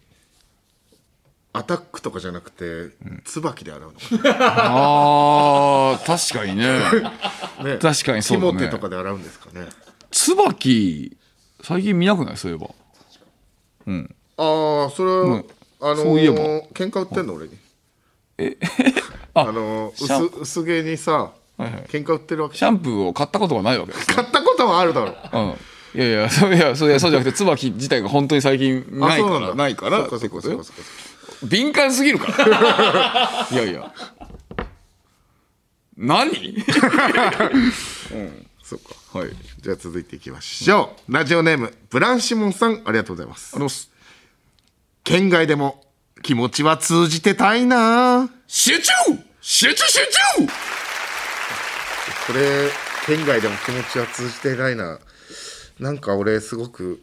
[SPEAKER 1] アタックとかじゃなくて、椿で洗うの
[SPEAKER 2] あー確かにね <laughs>
[SPEAKER 1] かね
[SPEAKER 2] 確かにそうだね
[SPEAKER 1] キモテとかで洗うんですかね
[SPEAKER 2] 椿最近見なくないそういえば
[SPEAKER 1] ああそれは、
[SPEAKER 2] うん
[SPEAKER 1] あのー、
[SPEAKER 2] そういえば
[SPEAKER 1] 喧嘩売ってんの俺に <laughs> えあの
[SPEAKER 2] シャン
[SPEAKER 1] ー、薄薄毛にさ、
[SPEAKER 2] はいはい
[SPEAKER 1] 喧嘩売ってるわけ
[SPEAKER 2] シャンプーを買ったことがないわけですね
[SPEAKER 1] 買ったことはあるだろう
[SPEAKER 2] うんいやいやそういやそういやそうじゃなくて椿自体が本当に最近
[SPEAKER 1] あ
[SPEAKER 2] <laughs> ない
[SPEAKER 1] そう
[SPEAKER 2] か
[SPEAKER 1] ん
[SPEAKER 2] ら
[SPEAKER 1] だ
[SPEAKER 2] ないから
[SPEAKER 1] そうか
[SPEAKER 2] っ
[SPEAKER 1] そ
[SPEAKER 2] て
[SPEAKER 1] う
[SPEAKER 2] こ
[SPEAKER 1] か
[SPEAKER 2] と
[SPEAKER 1] そう
[SPEAKER 2] よ
[SPEAKER 1] かそうか
[SPEAKER 2] 敏感すぎるから <laughs> いやいや何
[SPEAKER 1] そうか
[SPEAKER 2] はいあ
[SPEAKER 1] じゃあ続いていきましょうラジオネームブランシモンさんありがとうございます
[SPEAKER 2] の
[SPEAKER 1] 県外でも気持ちは通じてたいな
[SPEAKER 2] 集中集中集中
[SPEAKER 1] これ県外でも気持ちは通じてないななんか俺すごく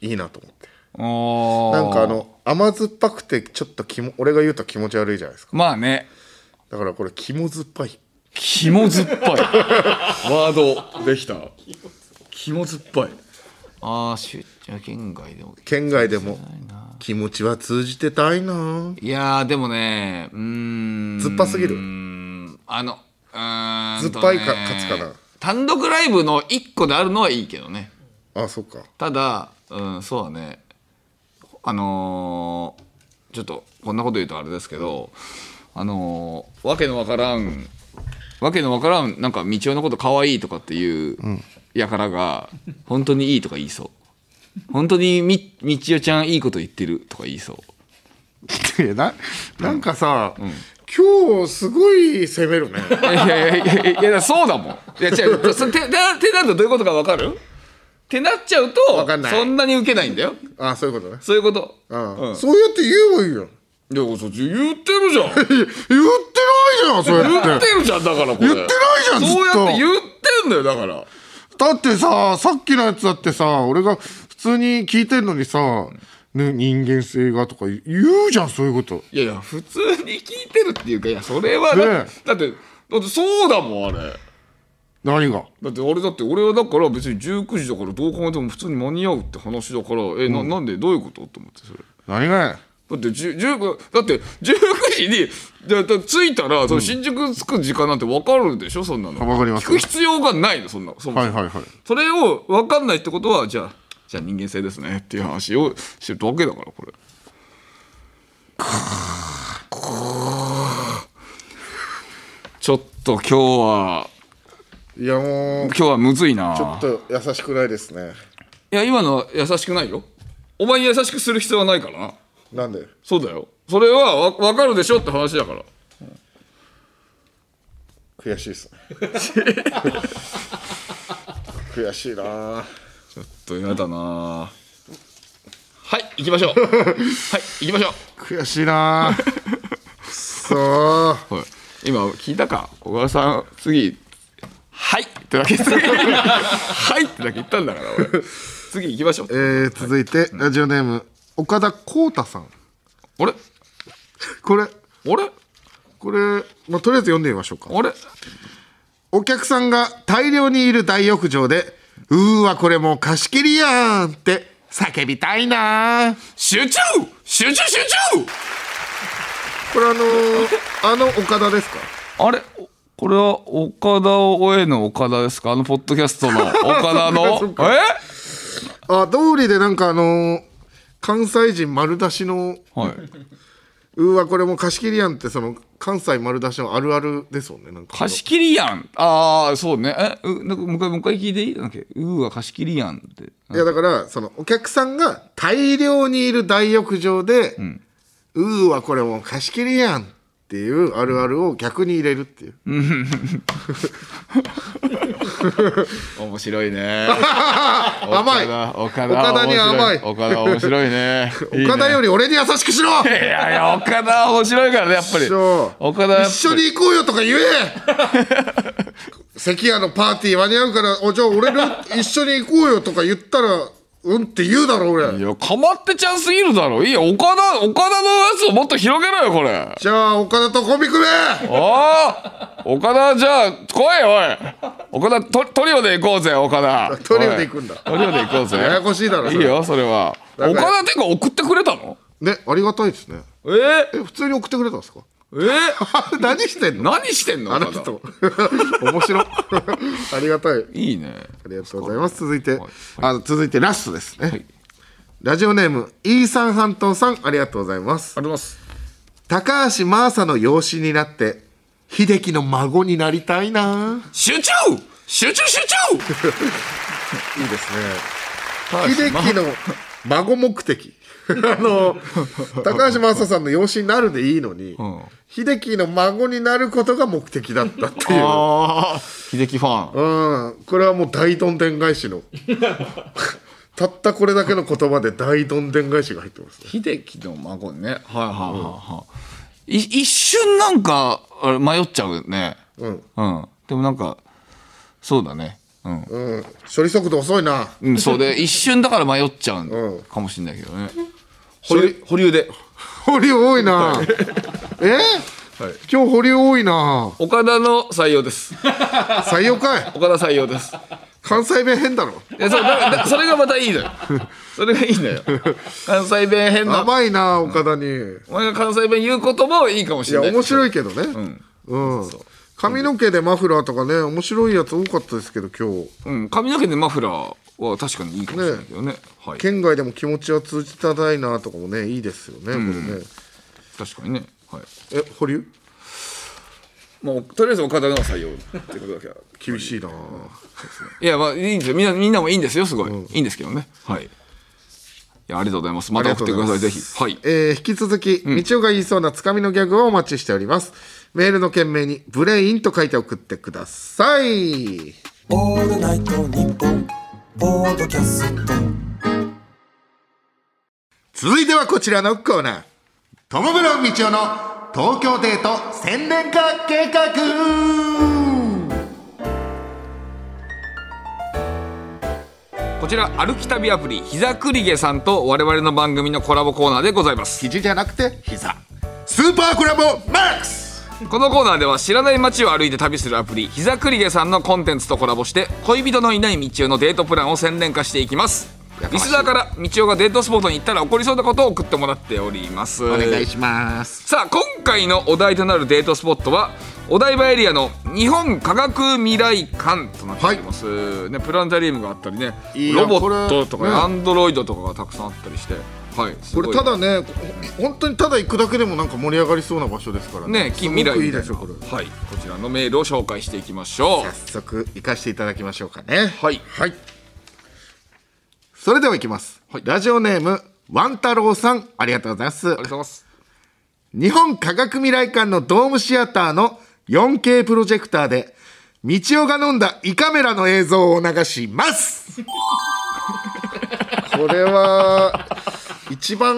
[SPEAKER 1] いいなと思って
[SPEAKER 2] あー
[SPEAKER 1] なんかあの甘酸っぱくてちょっときも俺が言うと気持ち悪いじゃないですか
[SPEAKER 2] まあね
[SPEAKER 1] だからこれ肝酸っぱい
[SPEAKER 2] 肝酸っぱいワードできた肝酸っぱいああ出張県外でも
[SPEAKER 1] 県外でも気持ちは通じてたいない
[SPEAKER 2] やーでもねうーん
[SPEAKER 1] 酸っぱすぎる
[SPEAKER 2] うーんあのうーんとね
[SPEAKER 1] 酸っぱいか勝つかな
[SPEAKER 2] 単独ライブの1個であるのはいいけどね
[SPEAKER 1] あそっか
[SPEAKER 2] ただうんそうだねあのーちょっとこんなこと言うとあれですけど、あのーわけのわからんわけのわからんなんか道夫のこと可愛いとかっていうやからが本当にいいとか言いそう本当にみ道夫ちゃんいいこと言ってるとか言いそう
[SPEAKER 1] いやななんかさ、今日すごい攻めるね
[SPEAKER 2] いやいやいやいやいやいやそうだもんいや違うそてててなるとどういうことかわかるってなっちゃうと
[SPEAKER 1] わかんない
[SPEAKER 2] そんなに受けないんだよ
[SPEAKER 1] あそういうことね
[SPEAKER 2] そういうこと
[SPEAKER 1] あ、
[SPEAKER 2] うん
[SPEAKER 1] そうやって言えばいいよ
[SPEAKER 2] いやそっち言ってるじゃ
[SPEAKER 1] 言
[SPEAKER 2] ん
[SPEAKER 1] ってないじゃんそうや
[SPEAKER 2] 言
[SPEAKER 1] っ
[SPEAKER 2] っててるじゃんだからこれ
[SPEAKER 1] 言ってないじゃんずっ
[SPEAKER 2] そう
[SPEAKER 1] と
[SPEAKER 2] やって言ってんだよだから
[SPEAKER 1] だってささっきのやつだってさ俺が普通に聞いてんのにさ、ね、人間性がとか言うじゃんそういうこと
[SPEAKER 2] いやいや普通に聞いてるっていうかいやそれはだ,、
[SPEAKER 1] ね
[SPEAKER 2] だってだってそうだもんあれ
[SPEAKER 1] 何が
[SPEAKER 2] だってあれだって俺はだから別に19時だからどう考えても普通に間に合うって話だからえななんでどういうことと思ってそれ
[SPEAKER 1] 何がや
[SPEAKER 2] だってじゅ19だって19時にだだ着いたらその新宿着く時間なんて分かるでしょそんなの
[SPEAKER 1] わかります
[SPEAKER 2] 聞く必要がないのそんなそもそも
[SPEAKER 1] はいはいはい
[SPEAKER 2] それを分かんないってことはじゃあじゃあ人間性ですねっていう話をしてるわけだからこれ。ちょっと今日はい
[SPEAKER 1] やもう
[SPEAKER 2] 今日はむずいな
[SPEAKER 1] ちょっと優しくないですね
[SPEAKER 2] いや今のは優しくないよお前に優しくする必要はないからな
[SPEAKER 1] なんで
[SPEAKER 2] そうだよそれはわ分かるでしょって話だから
[SPEAKER 1] 悔しいっすね悔しいなあ <laughs>
[SPEAKER 2] ちょっとやだなはい行きましょうはい行きましょう
[SPEAKER 1] 悔しいなーくそー
[SPEAKER 2] はい今聞いたか小川さん次はいってだけ <laughs> はいってだけ言ったんだから俺次行きましょう
[SPEAKER 1] えー、続いてラジオネーム岡田浩太さん
[SPEAKER 2] あれ
[SPEAKER 1] これ
[SPEAKER 2] あれ
[SPEAKER 1] これ、まあ、とりあえず読んでみましょうか
[SPEAKER 2] あれ
[SPEAKER 1] お客さんが大量にいる大浴場で「うーわこれもう貸し切りやん」って叫びたいなー
[SPEAKER 2] 集中集中集中
[SPEAKER 1] これあのー、あの岡田ですか
[SPEAKER 2] あれおこれは岡田を終えの岡田ですかあのポッドキャスト <laughs> の岡田のえ
[SPEAKER 1] あ道理でなんかあのー関西人丸出しの
[SPEAKER 2] はいう
[SPEAKER 1] ーわこれもう貸し切りやんってその関西丸出しのあるあるですもんねなんか
[SPEAKER 2] 貸し切りやんああそうねえうなんかもう一回もう一回聞いていいなんかうーわ貸し切りやんって
[SPEAKER 1] いやだからそのお客さんが大量にいる大浴場で「うーわこれもう貸し切りやん」っていうあるあるを逆に入れるっていう
[SPEAKER 2] 面白いね
[SPEAKER 1] 甘い
[SPEAKER 2] 岡田
[SPEAKER 1] 岡
[SPEAKER 2] 岡田
[SPEAKER 1] 田には甘い
[SPEAKER 2] 面白岡田面白いね
[SPEAKER 1] <laughs> 岡田よ
[SPEAKER 2] り
[SPEAKER 1] り俺に優しくしろ
[SPEAKER 2] <laughs> いやいや岡田は面白いからねやっぱり
[SPEAKER 1] 一緒
[SPEAKER 2] 岡田やっぱり
[SPEAKER 1] 一緒に行こうよとか言え関谷のパーティー間に合うからおじゃあ俺ら一緒に行こうよとか言ったらうんって言うだろ俺
[SPEAKER 2] いやかまってちゃんすぎるだろいいや岡田岡田のやつをもっと広げろよこれ
[SPEAKER 1] じゃあ岡田とコンビ組め
[SPEAKER 2] ああ岡田じゃあ来いおい岡田トトリオで行こうぜ岡田
[SPEAKER 1] トリオで行くんだ
[SPEAKER 2] おいトリオで行こうぜ
[SPEAKER 1] ややこしいだろそ
[SPEAKER 2] い
[SPEAKER 1] れ
[SPEAKER 2] いよそれは
[SPEAKER 1] だ
[SPEAKER 2] 岡
[SPEAKER 1] から
[SPEAKER 2] 田てか送ってくれたの
[SPEAKER 1] ねありがたいですね
[SPEAKER 2] え
[SPEAKER 1] え普通に送ってくれたんですか
[SPEAKER 2] え
[SPEAKER 1] <laughs> 何してんの
[SPEAKER 2] 何してんの
[SPEAKER 1] あ
[SPEAKER 2] 岡
[SPEAKER 1] の
[SPEAKER 2] 田
[SPEAKER 1] 人 <laughs> 面白ありがたい
[SPEAKER 2] いいね
[SPEAKER 1] ありがとうございます。続いて、
[SPEAKER 2] はい
[SPEAKER 1] あの続いてラストですね。ラジオネームイーサンハントンさんありがとうございます。
[SPEAKER 2] あります
[SPEAKER 1] 高橋真麻の養子になって秀樹の孫になりたいな。
[SPEAKER 2] 集中集中 <laughs> 集中
[SPEAKER 1] いいですね。秀樹の孫目的。 <laughs> あの高橋真麻さんの養子になるでいいのに、
[SPEAKER 2] ん
[SPEAKER 1] 秀樹の孫になることが目的だったっていう。
[SPEAKER 2] ああ <laughs> 秀樹ファン
[SPEAKER 1] うん、これはもう大どんでん返 <laughs> しのたったこれだけの言葉で大どんでん返しが入ってますね
[SPEAKER 2] 秀樹の孫ねはいはいはいはい、い一瞬なんかあれ迷っちゃうね
[SPEAKER 1] うん、
[SPEAKER 2] うんでもなんかそうだねうん
[SPEAKER 1] うん、処理速度遅いな
[SPEAKER 2] うん、そう <laughs> で一瞬だから迷っちゃ
[SPEAKER 1] う
[SPEAKER 2] うんんかもしれないけどね。
[SPEAKER 1] 保留
[SPEAKER 2] 保留で
[SPEAKER 1] 保留多いな <laughs> え、今日保留多いな
[SPEAKER 2] 岡田の採用 <laughs> です。
[SPEAKER 1] 採用かい
[SPEAKER 2] 岡田採用です。
[SPEAKER 1] 関西弁変だろ
[SPEAKER 2] いやそうだだそれがまたいいのよ。それがいいのよ。関西弁変な。
[SPEAKER 1] 甘いな岡田にい
[SPEAKER 2] お前が関西弁言うこともいいかもしれ
[SPEAKER 1] や
[SPEAKER 2] ない。
[SPEAKER 1] 面
[SPEAKER 2] い。
[SPEAKER 1] 白いけどねうん、髪の毛でマフラーとかね面白いやつ多かったですけど今日
[SPEAKER 2] うん、髪の毛でマフラーは確かにいいかもしれないけどね。はい。
[SPEAKER 1] 県外でも気持ちは通じたたいなとかもねいいですよね、これね
[SPEAKER 2] 確かにね。はい。
[SPEAKER 1] え保留
[SPEAKER 2] もうとりあえず岡田の採用ってことだけは。
[SPEAKER 1] 厳しいな、
[SPEAKER 2] <laughs> いやまあいいんですよ。みんなみんなもいいんですよ。すごい、いいんですけどね。はい。いやありがとうございます。また送ってください。ぜひ。はい。
[SPEAKER 1] えー引き続き、みちおが言いそうなつかみのギャグをお待ちしております。メールの件名に、ブレインと書いて送ってください。
[SPEAKER 7] オールナイトニッポンポードキャスト
[SPEAKER 1] 続いてはこちらのコーナー。トム・ブラウン・みちおの東京デート宣伝化計画
[SPEAKER 2] こちら歩き旅アプリ膝くりげさんと我々の番組のコラボコーナーでございます
[SPEAKER 1] 肘じゃなくて、膝。スーパーコラボマックス
[SPEAKER 2] このコーナーでは知らない街を歩いて旅するアプリ膝くりげさんのコンテンツとコラボして恋人のいないみちおのデートプランを宣伝化していきますリスナーからみちおがデートスポットに行ったら起こりそうなことを送ってもらっております
[SPEAKER 1] お願いします。
[SPEAKER 2] さあ今回のお題となるデートスポットはお台場エリアの日本科学未来館となっております、ね、プラネタリウムがあったりね
[SPEAKER 1] いいな
[SPEAKER 2] ロボットと
[SPEAKER 1] これね
[SPEAKER 2] かアンドロイドとかがたくさんあったりして、はい、す
[SPEAKER 1] こ
[SPEAKER 2] ごい
[SPEAKER 1] れただね、ほ本当にただ行くだけでもなんか盛り上がりそうな場所ですからね。
[SPEAKER 2] ね近
[SPEAKER 1] す
[SPEAKER 2] 未
[SPEAKER 1] ご
[SPEAKER 2] 来
[SPEAKER 1] くいい
[SPEAKER 2] みた
[SPEAKER 1] で
[SPEAKER 2] い
[SPEAKER 1] し
[SPEAKER 2] な
[SPEAKER 1] ょ、これ。
[SPEAKER 2] はい、こちらのメールを紹介していきましょ
[SPEAKER 1] 早速行かせていただきましょうかね
[SPEAKER 2] うはい
[SPEAKER 1] はいそれでは行きます、ラジオネームワン太郎さんありがとうございます
[SPEAKER 2] ありがとうございます
[SPEAKER 1] 日本科学未来館のドームシアターの 4K プロジェクターで道夫が飲んだ胃カメラの映像を流しますこれは一番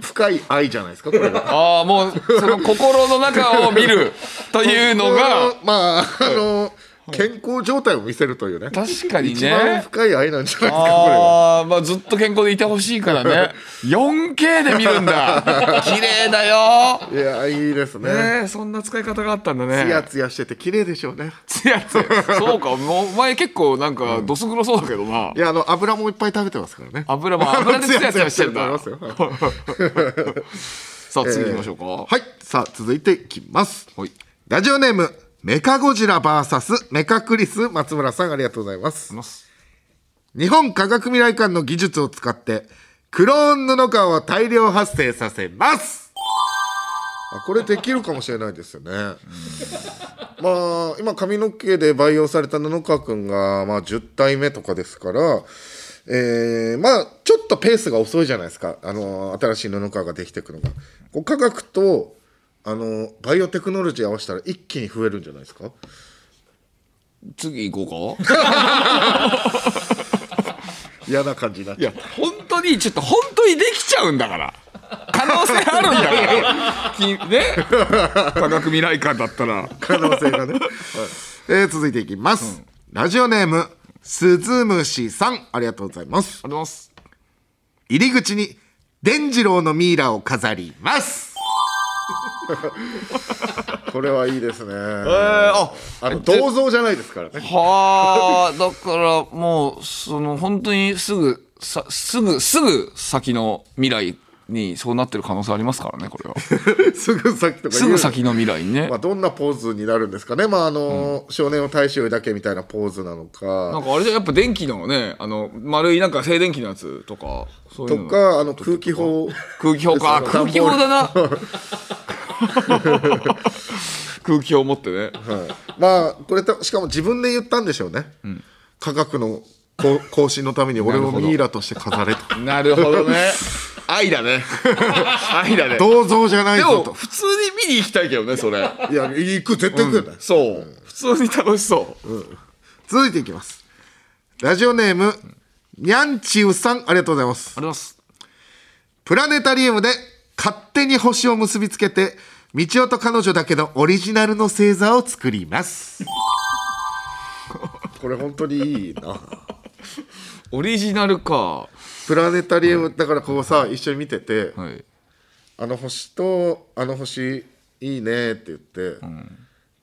[SPEAKER 1] 深い愛じゃないですかこれが
[SPEAKER 2] ああもうその心の中を見るというの <laughs> が
[SPEAKER 1] まああの健康状態を見せるというね
[SPEAKER 2] 確かに
[SPEAKER 1] 一番
[SPEAKER 2] ね
[SPEAKER 1] 深い愛なんじゃないですかこれが
[SPEAKER 2] あーまあずっと健康でいてほしいから <laughs> ね 4K で見るん <laughs> だ綺麗だよ
[SPEAKER 1] いやいいですね
[SPEAKER 2] ねえそんな使い方があったんだね
[SPEAKER 1] ツヤツヤしてて綺麗でしょうね
[SPEAKER 2] つやつやそうかもうお前結構なんかどす黒そうだけどない
[SPEAKER 1] やあの油もいっぱい食べてますからね
[SPEAKER 2] 油も油でつやつや
[SPEAKER 1] <laughs>
[SPEAKER 2] してん
[SPEAKER 1] あり
[SPEAKER 2] だ
[SPEAKER 1] ますよはい
[SPEAKER 2] さあ次行きましょうか、
[SPEAKER 1] はいさあ続いていきます
[SPEAKER 2] はい
[SPEAKER 1] ラジオネームメカゴジラ VS メカクリス松村さんありがとうございます
[SPEAKER 2] ます
[SPEAKER 1] 日本科学未来館の技術を使ってクローン布川を大量発生させますあこれできるかもしれないですよね、まあ今髪の毛で培養された布川くんが、まあ、10体目とかですからえーまあちょっとペースが遅いじゃないですか、あの新しい布川ができていくのがこう科学と、あのバイオテクノロジー合わせたら一気に増えるんじゃないですか
[SPEAKER 2] 次行こうか
[SPEAKER 1] 嫌な感じになっ
[SPEAKER 2] い
[SPEAKER 1] ちゃ
[SPEAKER 2] や
[SPEAKER 1] う
[SPEAKER 2] 本当にちょっと本当にできちゃうんだから可能性あるんだから <laughs> きね科学未来館だったら
[SPEAKER 1] 可能性 <laughs> がね、えー続いていきます、ラジオネームスズムシさんありがとうございます
[SPEAKER 2] あります
[SPEAKER 1] 入り口に伝次郎のミイラを飾ります。 <laughs> これはいいですね。
[SPEAKER 2] あ
[SPEAKER 1] あの銅像じゃないですからね。
[SPEAKER 2] はあだからもうその本当にすぐさすぐすぐ先の未来にそうなってる可能性ありますからねこ
[SPEAKER 1] <laughs>
[SPEAKER 2] れは
[SPEAKER 1] <laughs> すぐ先とか言う。
[SPEAKER 2] すぐ先の未来にね
[SPEAKER 1] まあどんなポーズになるんですかね。まああの、少年を大衆だけみたいなポーズなの
[SPEAKER 2] なん
[SPEAKER 1] か。
[SPEAKER 2] かあれじゃやっぱ電気のねあの丸いなんか静電気のやつとかそういう
[SPEAKER 1] と
[SPEAKER 2] の
[SPEAKER 1] かあの空気砲
[SPEAKER 2] 空気砲かあ
[SPEAKER 1] そう
[SPEAKER 2] 空気砲
[SPEAKER 1] <laughs>
[SPEAKER 2] だな空気砲持ってね
[SPEAKER 1] はい、 <laughs> まあこれとしかも自分で言ったんでしょうね、科学のこう更新のために俺をミイラとして飾れと <laughs>
[SPEAKER 2] なるほどね愛だね愛だね
[SPEAKER 1] 銅像じゃない
[SPEAKER 2] で
[SPEAKER 1] ぞ
[SPEAKER 2] も
[SPEAKER 1] と
[SPEAKER 2] 普通に見に行きたいけどねそれ
[SPEAKER 1] いや行く絶対行くよね、
[SPEAKER 2] そう普通に楽しそう
[SPEAKER 1] 続いていきますラジオネームにゃんちゅうさんありがとうございます
[SPEAKER 2] あります
[SPEAKER 1] プラネタリウムで勝手に星を結びつけて道夫と彼女だけのオリジナルの星座を作ります <laughs> これ本当にいいな
[SPEAKER 2] オリジナルか
[SPEAKER 1] プラネタリウムだからこうさ一緒に見てて、
[SPEAKER 2] はい
[SPEAKER 1] あの星とあの星いいねって言って、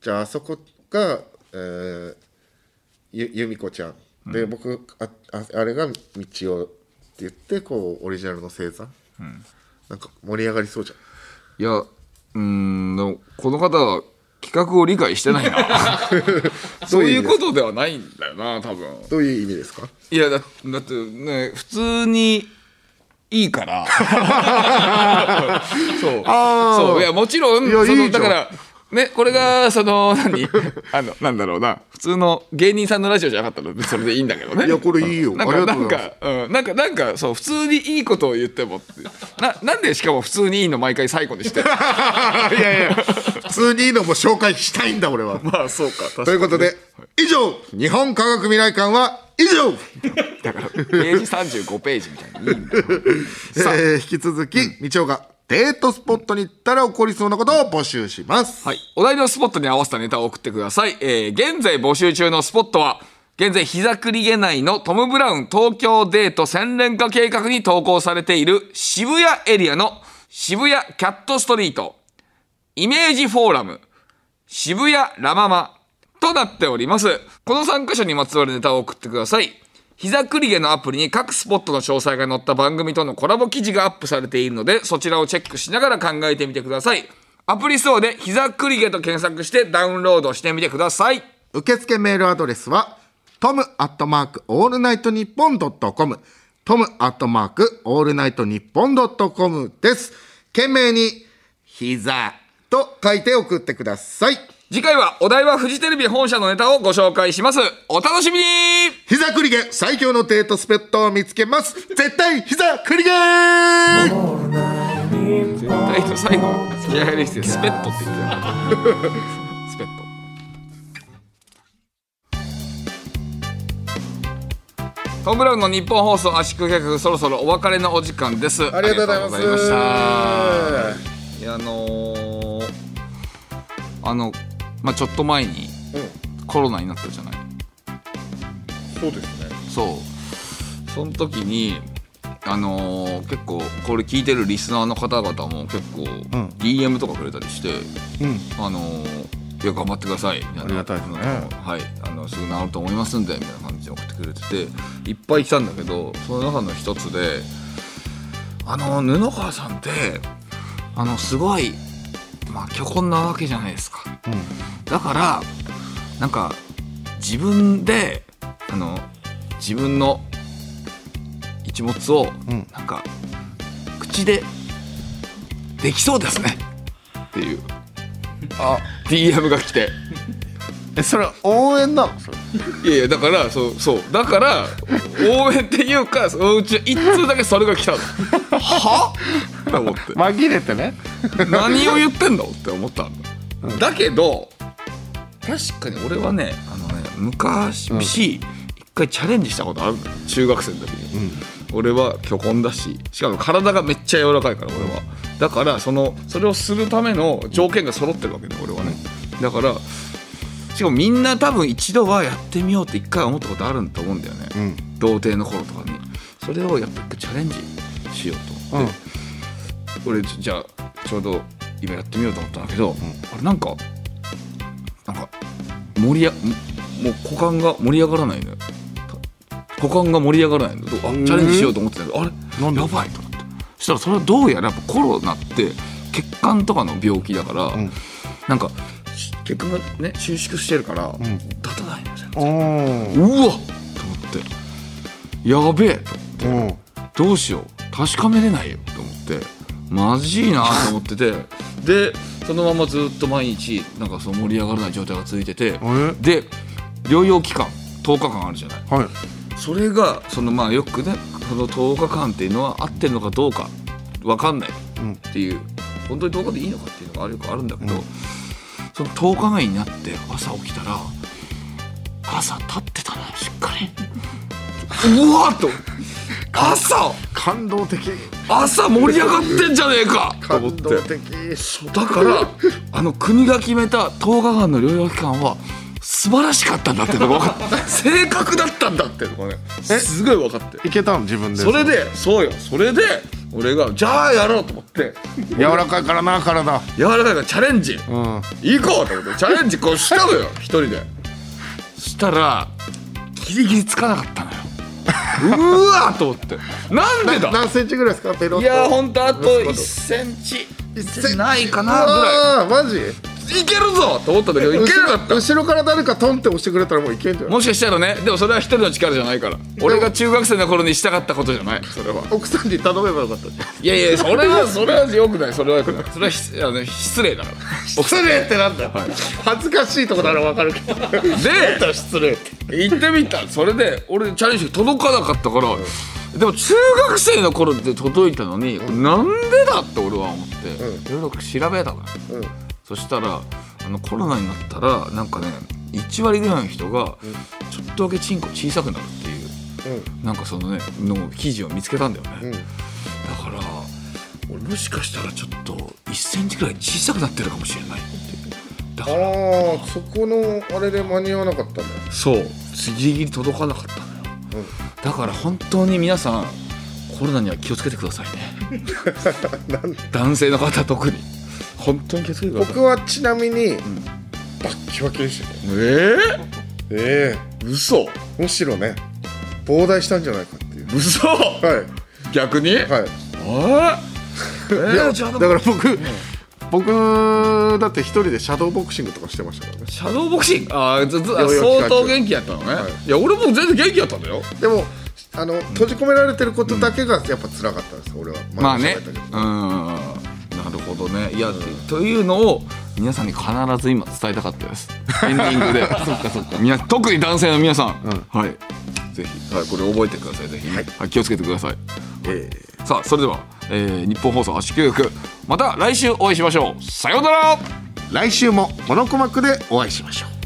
[SPEAKER 1] じゃああそこが、えー、ゆ由美子ちゃん、で僕あああれが道夫って言ってこうオリジナルの星座、なんか盛り上がりそうじゃ
[SPEAKER 2] いやうーんでもこの方は企画を理解してないな
[SPEAKER 1] ん
[SPEAKER 2] <laughs> そういうこととではないんだよな多分
[SPEAKER 1] どういう意味ですか
[SPEAKER 2] <laughs> いやだだってね普通にいいから
[SPEAKER 1] <laughs>
[SPEAKER 2] そう
[SPEAKER 1] あー
[SPEAKER 2] そういやもちろん
[SPEAKER 1] いや
[SPEAKER 2] そ
[SPEAKER 1] いいじ
[SPEAKER 2] の
[SPEAKER 1] ゃん
[SPEAKER 2] だからねこれが
[SPEAKER 1] <laughs>
[SPEAKER 2] その何あのなんだろうな普通の芸人さんのラジオじゃなかったらそれでいいんだけどね
[SPEAKER 1] いやこれいいよ
[SPEAKER 2] なん
[SPEAKER 1] あ
[SPEAKER 2] か
[SPEAKER 1] りが
[SPEAKER 2] な
[SPEAKER 1] とうんございます
[SPEAKER 2] か、うん、なんかなんかそう普通にいいことを言ってもってななんでしかも普通にいいの毎回最後にし
[SPEAKER 1] <laughs>
[SPEAKER 2] て
[SPEAKER 1] いやいや普通にいいのも紹介したいんだ俺は
[SPEAKER 2] <laughs> まあそうか確かに
[SPEAKER 1] ということで以上日本科学未来館は以上
[SPEAKER 2] だ <laughs> からページ35ページみたいにいいんだよさあ
[SPEAKER 1] えー引き続き、道夫がデートスポットに行ったら起こりそうなことを募集します。
[SPEAKER 2] はい。お題のスポットに合わせたネタを送ってください。えー、現在募集中のスポットは、現在膝くりげないのトム・ブラウン東京デート洗練化計画に投稿されている渋谷エリアの渋谷キャットストリート、イメージフォーラム、渋谷ラママとなっております。この3箇所にまつわるネタを送ってください。膝くりげのアプリに各スポットの詳細が載った番組とのコラボ記事がアップされているので、そちらをチェックしながら考えてみてください。アプリストアで膝くりげと検索してダウンロードしてみてください。
[SPEAKER 1] 受付メールアドレスは、トムアットマークオールナイトニッポンドットコム、トムアットマークオールナイトニッポンドットコムです。懸命に、膝と書いて送ってください。
[SPEAKER 2] 次回はお台場フジテレビ本社のネタをご紹介します。お楽しみに
[SPEAKER 1] 膝くりげ最強のデートスペットを見つけます。絶対膝くりげ
[SPEAKER 2] タイトル最後、付き合いレースでスペットって言ってた。スペット。トム・ブラウンの日本放送圧縮計画そろそろお別れのお時間です
[SPEAKER 1] ありがとうございます
[SPEAKER 2] ありがとうございましたいやあのーあのまあちょっと前にコロナになったじゃない
[SPEAKER 1] そうですね
[SPEAKER 2] そうその時にあのー結構これ聞いてるリスナーの方々も結構 DM とかくれたりして、あのーいや頑張ってください」みたいなありがたいですねはいあのすぐ治ると思いますんでみたいな感じで送ってくれてていっぱい来たんだけどその中の一つで「あの布川さんってあのすごい、まあ、虚婚なわけじゃないですか」だからなんか自分であの自分の一物をなんか、口でできそうですねっていう <laughs> あ DM が来て
[SPEAKER 1] えそれ応援なのそれ
[SPEAKER 2] いやいやだからそうそうだから応援っていうかそのうち一通だけそれが来たのはと思って
[SPEAKER 1] 紛れてね
[SPEAKER 2] 何を言ってんのって思ったんだ、だけど確かに俺はねあのね昔、一回チャレンジしたことあるのよ中学生の時に、俺は虚婚だししかも体がめっちゃ柔らかいから俺はだからそのそれをするための条件が揃ってるわけね俺はねだからしかもみんな多分一度はやってみようって一回思ったことあると思うんだよね、童貞の頃とかにそれをやっぱチャレンジしようと思って、俺じゃあちょうど今やってみようと思ったんだけど、あれなんかなんか盛りあもう股間が盛り上がらないのよた股間が盛り上がらないのどうあチャレンジしようと思ってたけどあれやばいと思ってそしたらそれはどうやらやっぱコロナって血管とかの病気だから、なんかし血管がね収縮してるから、立たないのじゃうわっと思ってやべえと思って、どうしよう確かめれないよと思ってまじいなと思っててでそのままずっと毎日なんかそう盛り上がらない状態が続いててで療養期間10日間あるじゃない、それがそのまあよくねこの10日間っていうのは合ってるのかどうか分かんないっていう、本当に10日でいいのかっていうのがあるよくあるんだけど、その10日前になって朝起きたら朝立ってたなしっかりうわっと朝
[SPEAKER 1] 感動的
[SPEAKER 2] 朝盛り上がってんじゃねえかと思っ
[SPEAKER 1] 感
[SPEAKER 2] て
[SPEAKER 1] 動的
[SPEAKER 2] そうだからあの国が決めた10日間の療養期間は素晴らしかったんだっていうのが分 <laughs> かった正確だったんだっていうのがねすごい分かって
[SPEAKER 1] いけたの自分で
[SPEAKER 2] それでそうよそれで俺がじゃあやろうと思って
[SPEAKER 1] 柔らかいからな体
[SPEAKER 2] 柔らかいからチャレンジ
[SPEAKER 1] うん
[SPEAKER 2] 行こうと思ってチャレンジこうした <laughs> のよ一人でしたらギリギリつかなか <laughs> ったのようわーと思ってなんでだ
[SPEAKER 1] 何センチぐらいですかペロッ
[SPEAKER 2] い
[SPEAKER 1] と
[SPEAKER 2] やーほんとあと1
[SPEAKER 1] 息
[SPEAKER 2] センチ
[SPEAKER 1] 1セン
[SPEAKER 2] ないかなぐら
[SPEAKER 1] あマジ
[SPEAKER 2] いいけるぞと思ったんだけどいけなかった
[SPEAKER 1] 後ろから誰かトンって押してくれたらもういけんじゃない
[SPEAKER 2] もしかしたらねでもそれは一人の力じゃないから俺が中学生の頃にしたかったことじゃないそれは
[SPEAKER 1] 奥さんに頼めばよかった
[SPEAKER 2] いやいやそれはそれは良くないそれは良くないそれはひあの失礼だから
[SPEAKER 1] 失礼ってなんだ、恥ずかしいとこならわかるけど
[SPEAKER 2] で
[SPEAKER 1] 失礼って
[SPEAKER 2] 行ってみたそれで俺チャレンジ届かなかったから、でも中学生の頃って届いたのに、なんでだって俺は思っていろいろ調べたから、
[SPEAKER 1] うん
[SPEAKER 2] そしたらあのコロナになったらなんかね1割ぐらいの人がちょっとだけチンコ小さくなるっていう、なんかそのねの記事を見つけたんだよね、だから俺もしかしたらちょっと1センチぐらい小さくなってるかもしれないってだから
[SPEAKER 1] ああそこのあれで間に合わなかったんだよ
[SPEAKER 2] そうギリギリ届かなかったのよ、だから本当に皆さんコロナには気をつけてくださいね <laughs> 男性の方特に本当に気をつけてください
[SPEAKER 1] 僕はちなみに、バッキバキでしたね
[SPEAKER 2] え
[SPEAKER 1] え
[SPEAKER 2] え嘘
[SPEAKER 1] えむしろね膨大したんじゃないかっていう
[SPEAKER 2] 嘘
[SPEAKER 1] はい
[SPEAKER 2] 逆に、
[SPEAKER 1] は
[SPEAKER 2] あ
[SPEAKER 1] い
[SPEAKER 2] あえ
[SPEAKER 1] いや
[SPEAKER 2] ー、じゃあ
[SPEAKER 1] だ
[SPEAKER 2] で
[SPEAKER 1] か
[SPEAKER 2] も
[SPEAKER 1] ら僕、僕だって一人でシャドーボクシングとかしてましたからね
[SPEAKER 2] シャドーボクシングああずずあ
[SPEAKER 1] 療養期間中
[SPEAKER 2] 相当元気やったのね、
[SPEAKER 1] はい
[SPEAKER 2] い、や俺も全然元気やったんだよ
[SPEAKER 1] でもあの閉じ込められてることだけがやっぱ辛かったんです俺は
[SPEAKER 2] まあね
[SPEAKER 1] 前も喋ったけど
[SPEAKER 2] うんなるほどねいや、というのを皆さんに必ず今伝えたかったです <laughs> エンディングでそっかそっかみな特に男性の皆さん、はいぜひ、はい、これ覚えてくださいぜひ、はい、気をつけてください、さあそれでは、えー日本放送圧縮局また来週お会いしましょうさようなら
[SPEAKER 1] 来週もモノコマックでお会いしましょう